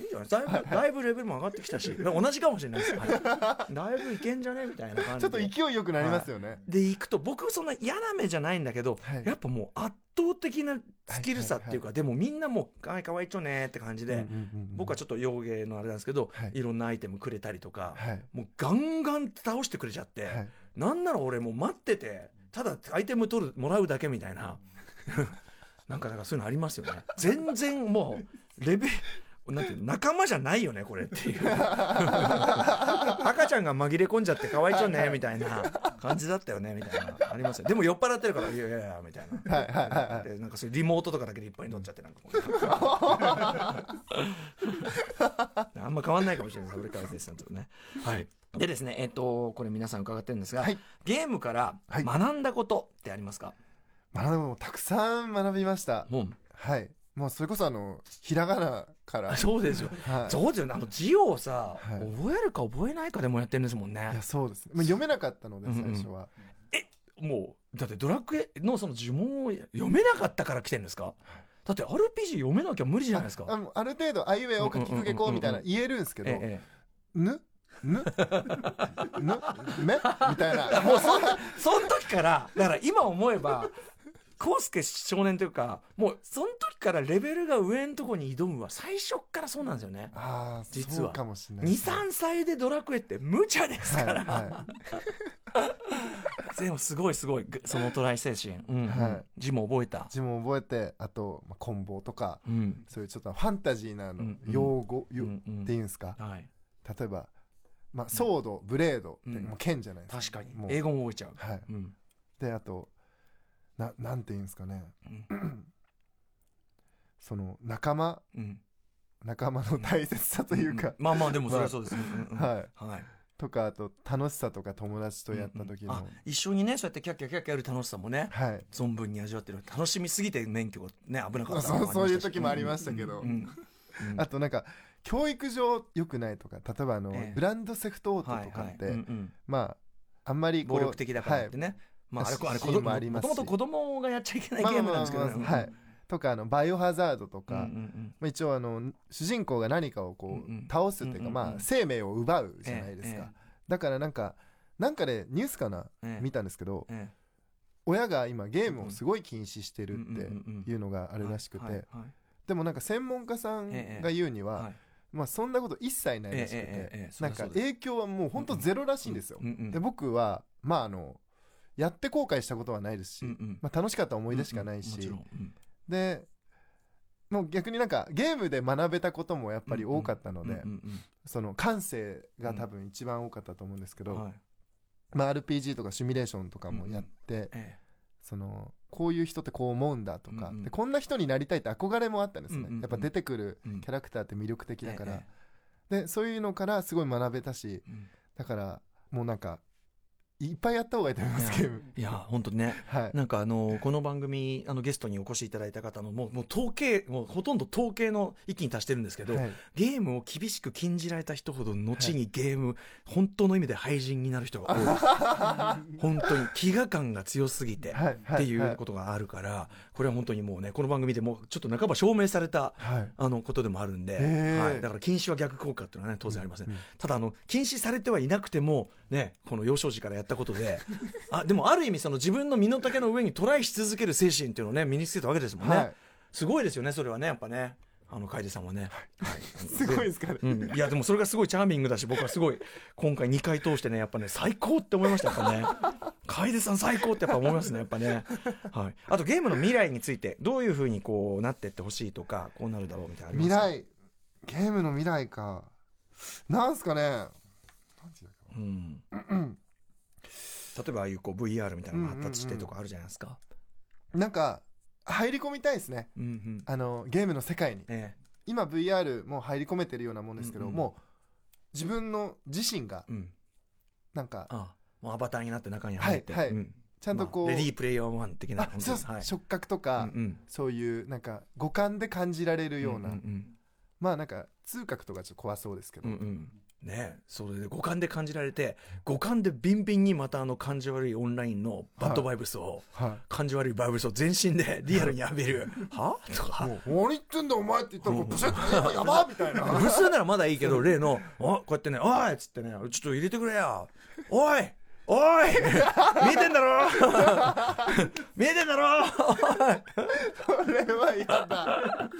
A: いいじゃないだいぶだいぶレベルも上がってきたし同じかもしれないです、はいだいぶいけんじゃねみたいな感
C: ちょ
A: じ
C: っと
A: で
C: 勢いよくなりますよね
A: で行くと僕そんな嫌な目じゃないんだけど、
C: はい
A: やっぱもう圧倒的なスキル差っていうか、
C: は
A: でもみんなもう「はいかわいいちょね」って感じで、僕は
C: ち
A: ちょっと洋芸のあれなんですけど、
C: はい
A: い、ろんなアイテムくれたりとか、
C: はい
A: もうガンガン倒してくれちゃって、
C: はい
A: なんなら俺もう待っててただアイテム取るもらうだけみたいな なんかだからそういうのありますよね全然もうレベなんていうの仲間じゃないよねこれっていう赤ちゃんが紛れ込んじゃってかわいちょねみたいな感じだったよねみたいなありますよでも酔っ払ってるからいやいやいやみたいな
C: はいはいはい
A: でなんかそういうリモートとかだけでいっぱい乗っちゃってなんかこ うあんま変わんないかもしれないです俺からですとねはいでですねえっ、とこれ皆さん伺ってるんですが、
C: はい
A: ゲームから
C: はい
A: 学んだことってありますか、
C: 学ぶもたくさん学びました
A: も
C: はいもうそれこそあのひらがなから
A: うそうですよ
C: はい
A: そうですよねあの字をさ、
C: はい
A: 覚えるか覚えないかでもやってるんですもん
C: い
A: ね
C: やそうですねまあ読めなかったので
A: うんう
C: 最
A: ん
C: 初は
A: もうだってドラクエのその呪文を読めなかったから来てるんですかだって RPG 読めなきゃ無理じゃないですか
C: あもうある程度あいうえおかきくけこうみたいな
A: うんう
C: 言えるんですけど
A: え
C: ぬぬぬめみたいな
A: もうそんな、その時から、だから今思えば、コ介少年というか、もうその時からレベルが上のとこに挑むは最初っからそうなんですよね。
C: ああ
A: 実は
C: そうかもしれない
A: 2、3歳でドラクエって無茶ですから。
C: はいは
A: でもすごいすごい、ぐそのトライ精神。うんうん
C: はい
A: 字も覚えた
C: い。字も覚えてあとまあ棍棒とか
A: うん。
C: そういうちょっとファンタジーなあ
A: う
C: の
A: んうん
C: 用語よ
A: うんうん
C: っていうんですか
A: はい。
C: 例えばまあソードブレードって
A: うん
C: もう剣じゃないです
A: 確かに
C: も。う
A: 英語も覚えちゃう。
C: はい
A: うん。
C: であとななんていうんですかねその仲間
A: うん。
C: 仲間の大切さというか
A: んまあまあ、でもそれはそうです。うんうん
C: はい
A: はい。
C: とかあと楽しさとか友達とやった時の
A: うんうんあ一緒にね、そうやってキャッキャキャッキャやる楽しさもね。
C: はい
A: 存分に味わってる楽しみすぎて免許がね危なかった
C: そうそういう時もあり
A: す
C: ましたけど
A: うん
C: あとなんか教育上良くないとか例えばあの
A: ええ
C: ブランドセフトオー
A: は
C: ト
A: い
C: とか
A: は
C: っ
A: いうんう
C: て
A: ん
C: まああんまりこう
A: 暴力的だからって
C: は
A: ねまああれあれ
C: シ
A: 子
C: ーン
A: 供
C: もあり
A: も
C: ます
A: と
C: し
A: もと子供がやっちゃいけない
C: まあ
A: ゲ
C: ま
A: ー
C: あ
A: ム
C: ま
A: な
C: あ
A: ん
C: ま
A: です
C: あ
A: けどねうん
C: はいとかあのバイオハザードと
A: うんうんう
C: か
A: ん
C: まあ一応あの主人公が何かを
A: うん
C: こ
A: うん
C: う倒すっていう
A: うんうんう
C: か
A: ん
C: まあ生命を奪うじゃないです
A: ええ
C: かだからなんかなんかでニュースかな
A: ええ
C: 見たんですけど
A: え
C: 親が今ゲームをすごい禁止して
A: え
C: る
A: うんうんうん
C: っていうのがあ
A: あ
C: るらしく
A: はいは
C: て
A: いはい
C: でもなんか専門家さんが言うには
A: はい
C: まあそんなこと一切ないらしくて、
A: ええええええそ
C: な
A: り
C: ん
A: ゃそう
C: か
A: だ
C: 影響はもう本当ゼロらしいんですよ、
A: うんうん
C: で僕はまああのやって後悔したことはないですし、
A: うんうん
C: まあ、楽しかった思い出しかないし、
A: うんうんもちろんうん
C: でもう逆になんかゲームで学べたこともやっぱり多かったので、
A: うん
C: その感性が多分一番多かったと思うんですけ
A: う
C: ど、
A: んうんはい
C: まあ、RPG とかシミュレーションとかもやって、
A: え
C: そのこういう人ってこう思うんだとか、
A: うんうん
C: でこんな人になりたいって憧れもあったんですね、
A: うんうんうん
C: やっぱ出てくる
A: えうん
C: キャラクターって魅力的だから、
A: え
C: でそういうのからすごい学べたし
A: えうん
C: だからもうなんかいっぱいやった方がいいと思いますゲーム
A: いや本当にね
C: はい
A: なんかあのこの番組あのゲストにお越しいただいた方のもうもう統計もうほとんど統計の域に達してるんですけど、
C: はい
A: ゲームを厳しく禁じられた人ほど後にゲーム、本当の意味で廃人になる人が多いです本当に飢餓感が強すぎて、
C: はいは
A: っていうことがあるから、これは本当にもうねこの番組でもうちょっと半ば証明された
C: はいはい
A: あのことでもあるんで、
C: へー
A: はい、だから禁止は逆効果っていうのはね当然ありません、
C: うんうん
A: ただあの禁止されてはいなくてもねこの幼少時からやったことであでもある意味その自分の身の丈の上にトライし続ける精神っていうのをね身につけたわけですもんね、
C: はい
A: すごいですよねそれはねやっぱねあの楓さんはね、はい、
C: すごいですかね、
A: うん、いやでもそれがすごいチャーミングだし僕はすごい今回2回通してねやっぱね最高って思いましたやっぱね楓さん最高ってやっぱ思いますねやっぱね、はい、あとゲームの未来についてどういうふうにこうなってってほしいとかこうなるだろうみたいなのあります
C: 未
A: か、
C: 来ゲームの未来かなんすかねなんていうの
A: うん、例えばああいうこう VR みたいなのが発達してとかあるじゃないですか、
C: なんか入り込みたいですね
A: うんうん
C: あのゲームの世界に
A: え
C: 今 VR もう入り込めてるようなもんですけど、
A: うんうん
C: もう自分の自身が
A: えうん、
C: なんか
A: ああもうアバターになって中に入って、
C: はいはい
A: うん
C: ちゃんとこう、
A: まあレディープレイヤー1的な
C: あそうそう
A: はい
C: 触覚とか、
A: うんうん
C: そういうなんか五感で感じられるような、
A: んん
C: まあなんか痛覚とかちょっと怖そうですけど、
A: うんうんねえそれで五感で感じられて五感でビンビンにまたあの感じ悪いオンラインのバッドバイブスを、
C: は
A: 感じ悪いバイブスを全身でリアルに浴びるはと
C: い、
A: か
C: もう「何言ってんだお前」って言ったらこ
A: う
C: うんブシュッて「やばっ!」みた いな
A: 無数ならまだいいけど例の「おこうやってねおい!」っつってね「ちょっと入れてくれよおいおい 見えてんだろ 見えてんだ ろ
C: それは嫌だ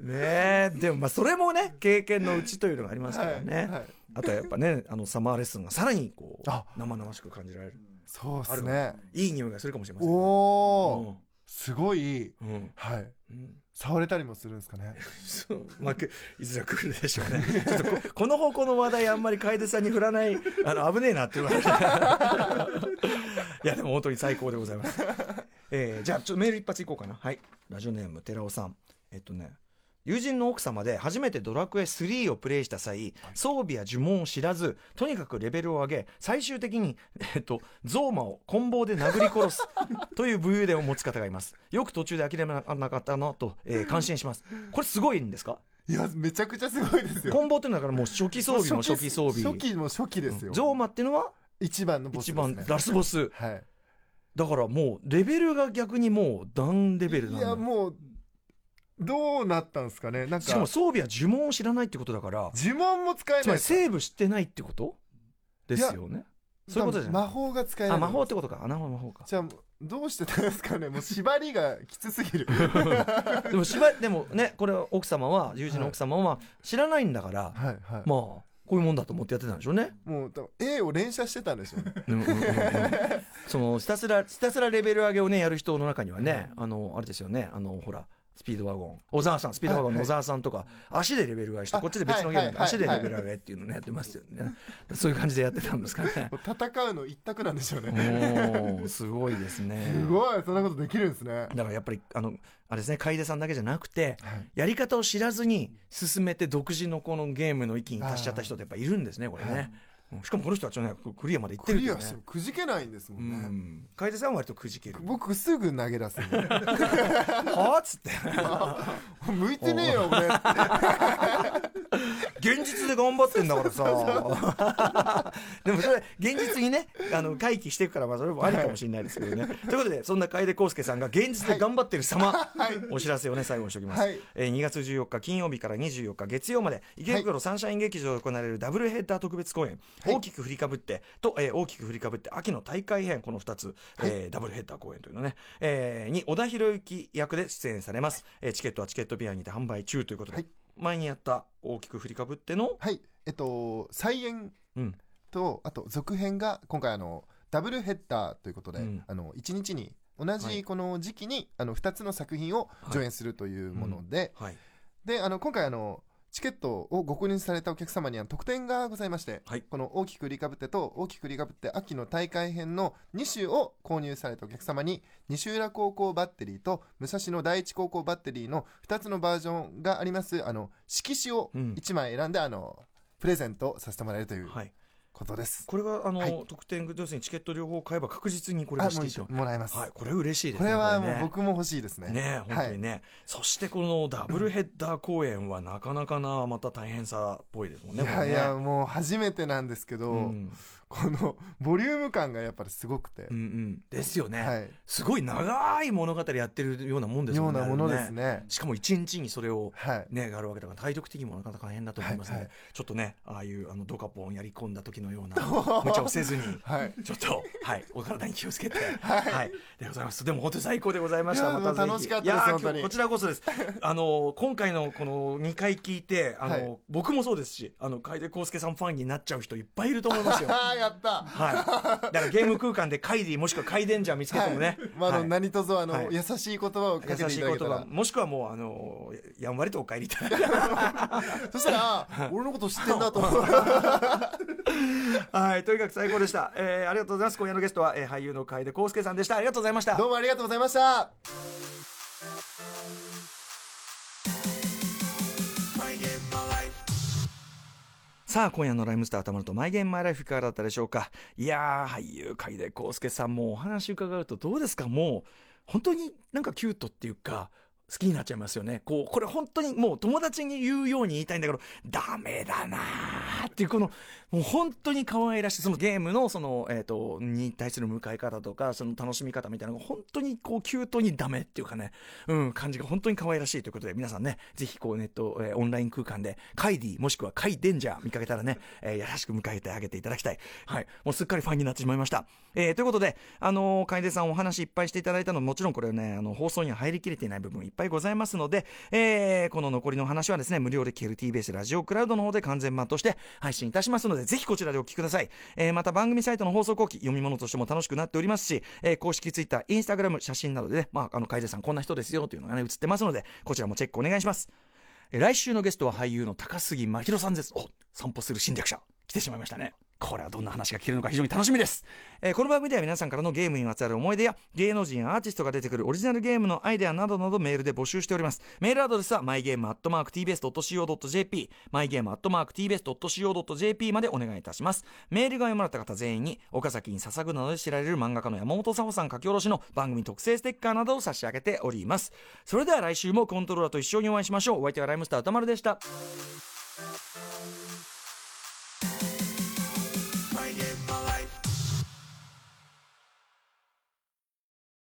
A: ねえでもまあそれもね経験のうちというのがありますからね、
C: はいはい
A: あとはやっぱねあのサマーレッスンがさらにこう
C: あ
A: 生々しく感じられる
C: そうで
A: あ
C: す
A: る
C: ね
A: いい匂いがするかもしれませんね
C: おお、
A: うん
C: すごい
A: うん
C: はい
A: うん
C: 触れたりもするんですかね
A: そうまあ、くいずれ来るでしょうね。ちょっとここの方向の話題あんまり楓さんに振らない、あの、危ねえなって言われて。いや、でも本当に最高でございます。えーじゃあ、ちょっとメール一発いこうかな。はい。ラジオネーム、寺尾さん。えっとね、友人の奥様で初めてドラクエ3をプレイした際、装備や呪文を知らず、とにかくレベルを上げ、最終的に、えっと、ゾーマを棍棒で殴り殺すという武勇伝を持つ方がいます。よく途中で諦めなかったなと、えー感心します。これすごいんですか
C: いやめちゃくちゃすごいですよ
A: 棍棒っていうのはだからもう初期装備も初期装備。
C: 初期も初期ですよ、
A: ゾーマっていうのは
C: 一番のボス
A: 一
C: です、ね、
A: 番ラスボス。
C: はい
A: だからもうレベルが逆にもう段レベルなん
C: い
A: だ
C: やもうどうなったんですかねなんか
A: しかも装備や呪文を知らないってことだから、
C: 呪文も使え
A: つま
C: ない
A: りセーブしてないってことですよね。そういうことじゃない
C: 魔法が使えない
A: あ、魔法ってことか。あ、魔法か。
C: じゃあどうしてたんですかねもう縛りがきつす ぎる
A: でもしば、でもね、これは奥様は、友人の奥様は知らないんだから、
C: はいは
A: まあ、こういうもんだと思ってやってたんでしょうね。
C: いもう多分 A を連射してたんでしょうね
A: うんうんうんうん そのひたすらひたすらレベル上げをねやる人の中にはね、あのあれですよねあのほらスピードワゴン小沢さんスピードワゴンの小沢さんとか、足でレベル上げして
C: あ
A: こっちで別のゲーム
C: はいはい
A: で
C: はい
A: 足でレベル上げっていうのねやってますよねそういう感じでやってたんですかね
C: もう戦うの一択なんでしょうね
A: おーすごいですね
C: すごいそんなことできるんですね
A: だからやっぱりあのあれですね楓さんだけじゃなくて、
C: はい
A: やり方を知らずに進めて独自のこのゲームの域に達しちゃった人ってやっぱいるんですねこれね、うんしかもこの人はちょっとねクリアまで行って
C: ク
A: るってい
C: リ
A: うね
C: アしてもくじけないんですも
A: うん
C: ね、
A: ん楓さんは割とくじける
C: 僕すぐ投げ出すんで
A: はっつって
C: 向いてねえよ俺
A: 現実で頑張ってんだからさ でもそれ現実にねあの回帰していくからまあそれもありかもしれないですけどね、ということでそんな楓康介さんが現実で頑張ってる様、 お知らせをね最後にしておきます、
C: はい
A: えー2月14日金曜日から24日月曜まで池袋サンシャイン劇場で行われるダブルヘッダー特別公演「
C: はい
A: 大きく振りかぶって」と、えー大きく振りかぶって」秋の大会編この2つ、えーダブルヘッダー公演というのね、えーに小田博之役で出演されます、えーチケットはチケットピアにて販売中ということで、
C: はい
A: 前にやった大きく振りかぶっての
C: はいえっと再演
A: うん
C: とあと続編が今回あのダブルヘッダーということで、
A: うん
C: あの1日に同
A: はい
C: じこの時期に、あの2つの作品を上演するというもので、
A: はい
C: であの今回あのチケットをご購入されたお客様には特典がございまして、
A: はい
C: この大きく売りかぶってと大きく売りかぶって秋の大会編の2種を購入されたお客様に西浦高校バッテリーと武蔵野第一高校バッテリーの2つのバージョンがありますあの色紙を
A: うん
C: 1枚選んで、あのプレゼントさせてもらえるという
A: はい
C: ことです。
A: これはあの、
C: はい
A: 特典要するにチケット両方買えば確実にこれが
C: あも
A: 式場
C: うもらえます、
A: はいこれ嬉しいです
C: こ
A: ね
C: れはもう
A: ね
C: 僕も欲しいですね。
A: ね
C: はい
A: 本当にね、そしてこのダブルヘッダー公演はなかなかなまた大変さっぽいですもん
C: い
A: ねこ
C: や
A: れ
C: い
A: ね
C: やもう初めてなんですけど、
A: うん
C: このボリューム感がやっぱりすごくて、
A: うんうんですよね、
C: はい、
A: すごい長い物語やってるようなもんです
C: よ
A: も
C: うん
A: ね
C: なものです
A: ね
C: ね。
A: しかも一日にそれを
C: はい。
A: ね、があるわけだから体力的にもなかなか大変だと思いますので、
C: はいは
A: ちょっとねああいうあのドカポンやり込んだ時のような 無茶をせずに
C: はい。
A: ちょっと、はい、お体に気をつけて、は、
C: はいい
A: でございます。でも本当に最高でございまし
C: い
A: た。
C: や
A: またぜひ
C: 楽しかったです
A: いやー
C: 本当
A: 今
C: に
A: 日こちらこそです。あの、今回のこの2回聞いて、あの、
C: はい
A: 僕もそうですし、あの、楓康介さんファンになっちゃう人いっぱいいると思い ますよ。
C: ああ、やった。
A: はい。だからゲーム空間でカイディもしくはカイデンジャー見つけてもね。
C: まあ、あ
A: は
C: の、
A: い
C: 何卒、あ
A: はい
C: の、優しい言葉をかけてい
A: 優しい
C: た
A: 言
C: だけた
A: 葉
C: ら。
A: もしくはもうあのやんわりとお帰りい ただいて
C: そしたら、あ俺のこと知ってんだと思 う。
A: はいとにかく最高でした、えー、ありがとうございます今夜のゲストは、えー、俳優の楓康介さんでしたありがとうございました
C: どうもありがとうございました。
A: さあ今夜の「ライムスターたまるとマイゲームマイライフ」いかがだったでしょうかいやー俳優楓康介さんもお話伺うとどうですかもう本当になんかキュートっていうか好きになっちゃいますよねこうこれ本当にもう友達に言うように言いたいんだけどダメだなーっていうこのもう本当に可愛らしいそのゲームのその、えー、とに対する向かい方とかその楽しみ方みたいなのが本当にこうキュートにダメっていうかね、うん、感じが本当に可愛らしいということで皆さんねぜひこうネット、えーオンライン空間でカイディもしくはカイデンジャー見かけたらね、えー優しく迎えてあげていただきたい、はい、もうすっかりファンになってしまいました、えーということで、あのー楓さんお話いっぱいしていただいたのもちろんこれねあの放送には入りきれていない部分いっぱいございますので、えーこの残りの話はですね無料で KLTBS ラジオクラウドの方で完全版として配信いたしますのでぜひこちらでお聞きください、えーまた番組サイトの放送後期読み物としても楽しくなっておりますし、えー公式 Twitter、Instagram 写真などでね、まあ、あの楓さんこんな人ですよというのがね映ってますのでこちらもチェックお願いしますえー来週のゲストは俳優の高杉真宙さんですお散歩する侵略者来てしまいましたねこれはどんな話が聞けるのか非常に楽しみです、えーこの番組では皆さんからのゲームにまつわる思い出や芸能人やアーティストが出てくるオリジナルゲームのアイデアなどなどメールで募集しておりますメールアドレスは mygame.tbs.co.jp mygame.tbs.co.jp までお願いいたしますメールが読まれた方全員に岡崎に捧ぐなどで知られる漫画家の山本佐穂さん書き下ろしの番組特製ステッカーなどを差し上げておりますそれでは来週もコントローラーと一緒にお会いしましょうお相手はライムスター歌丸でした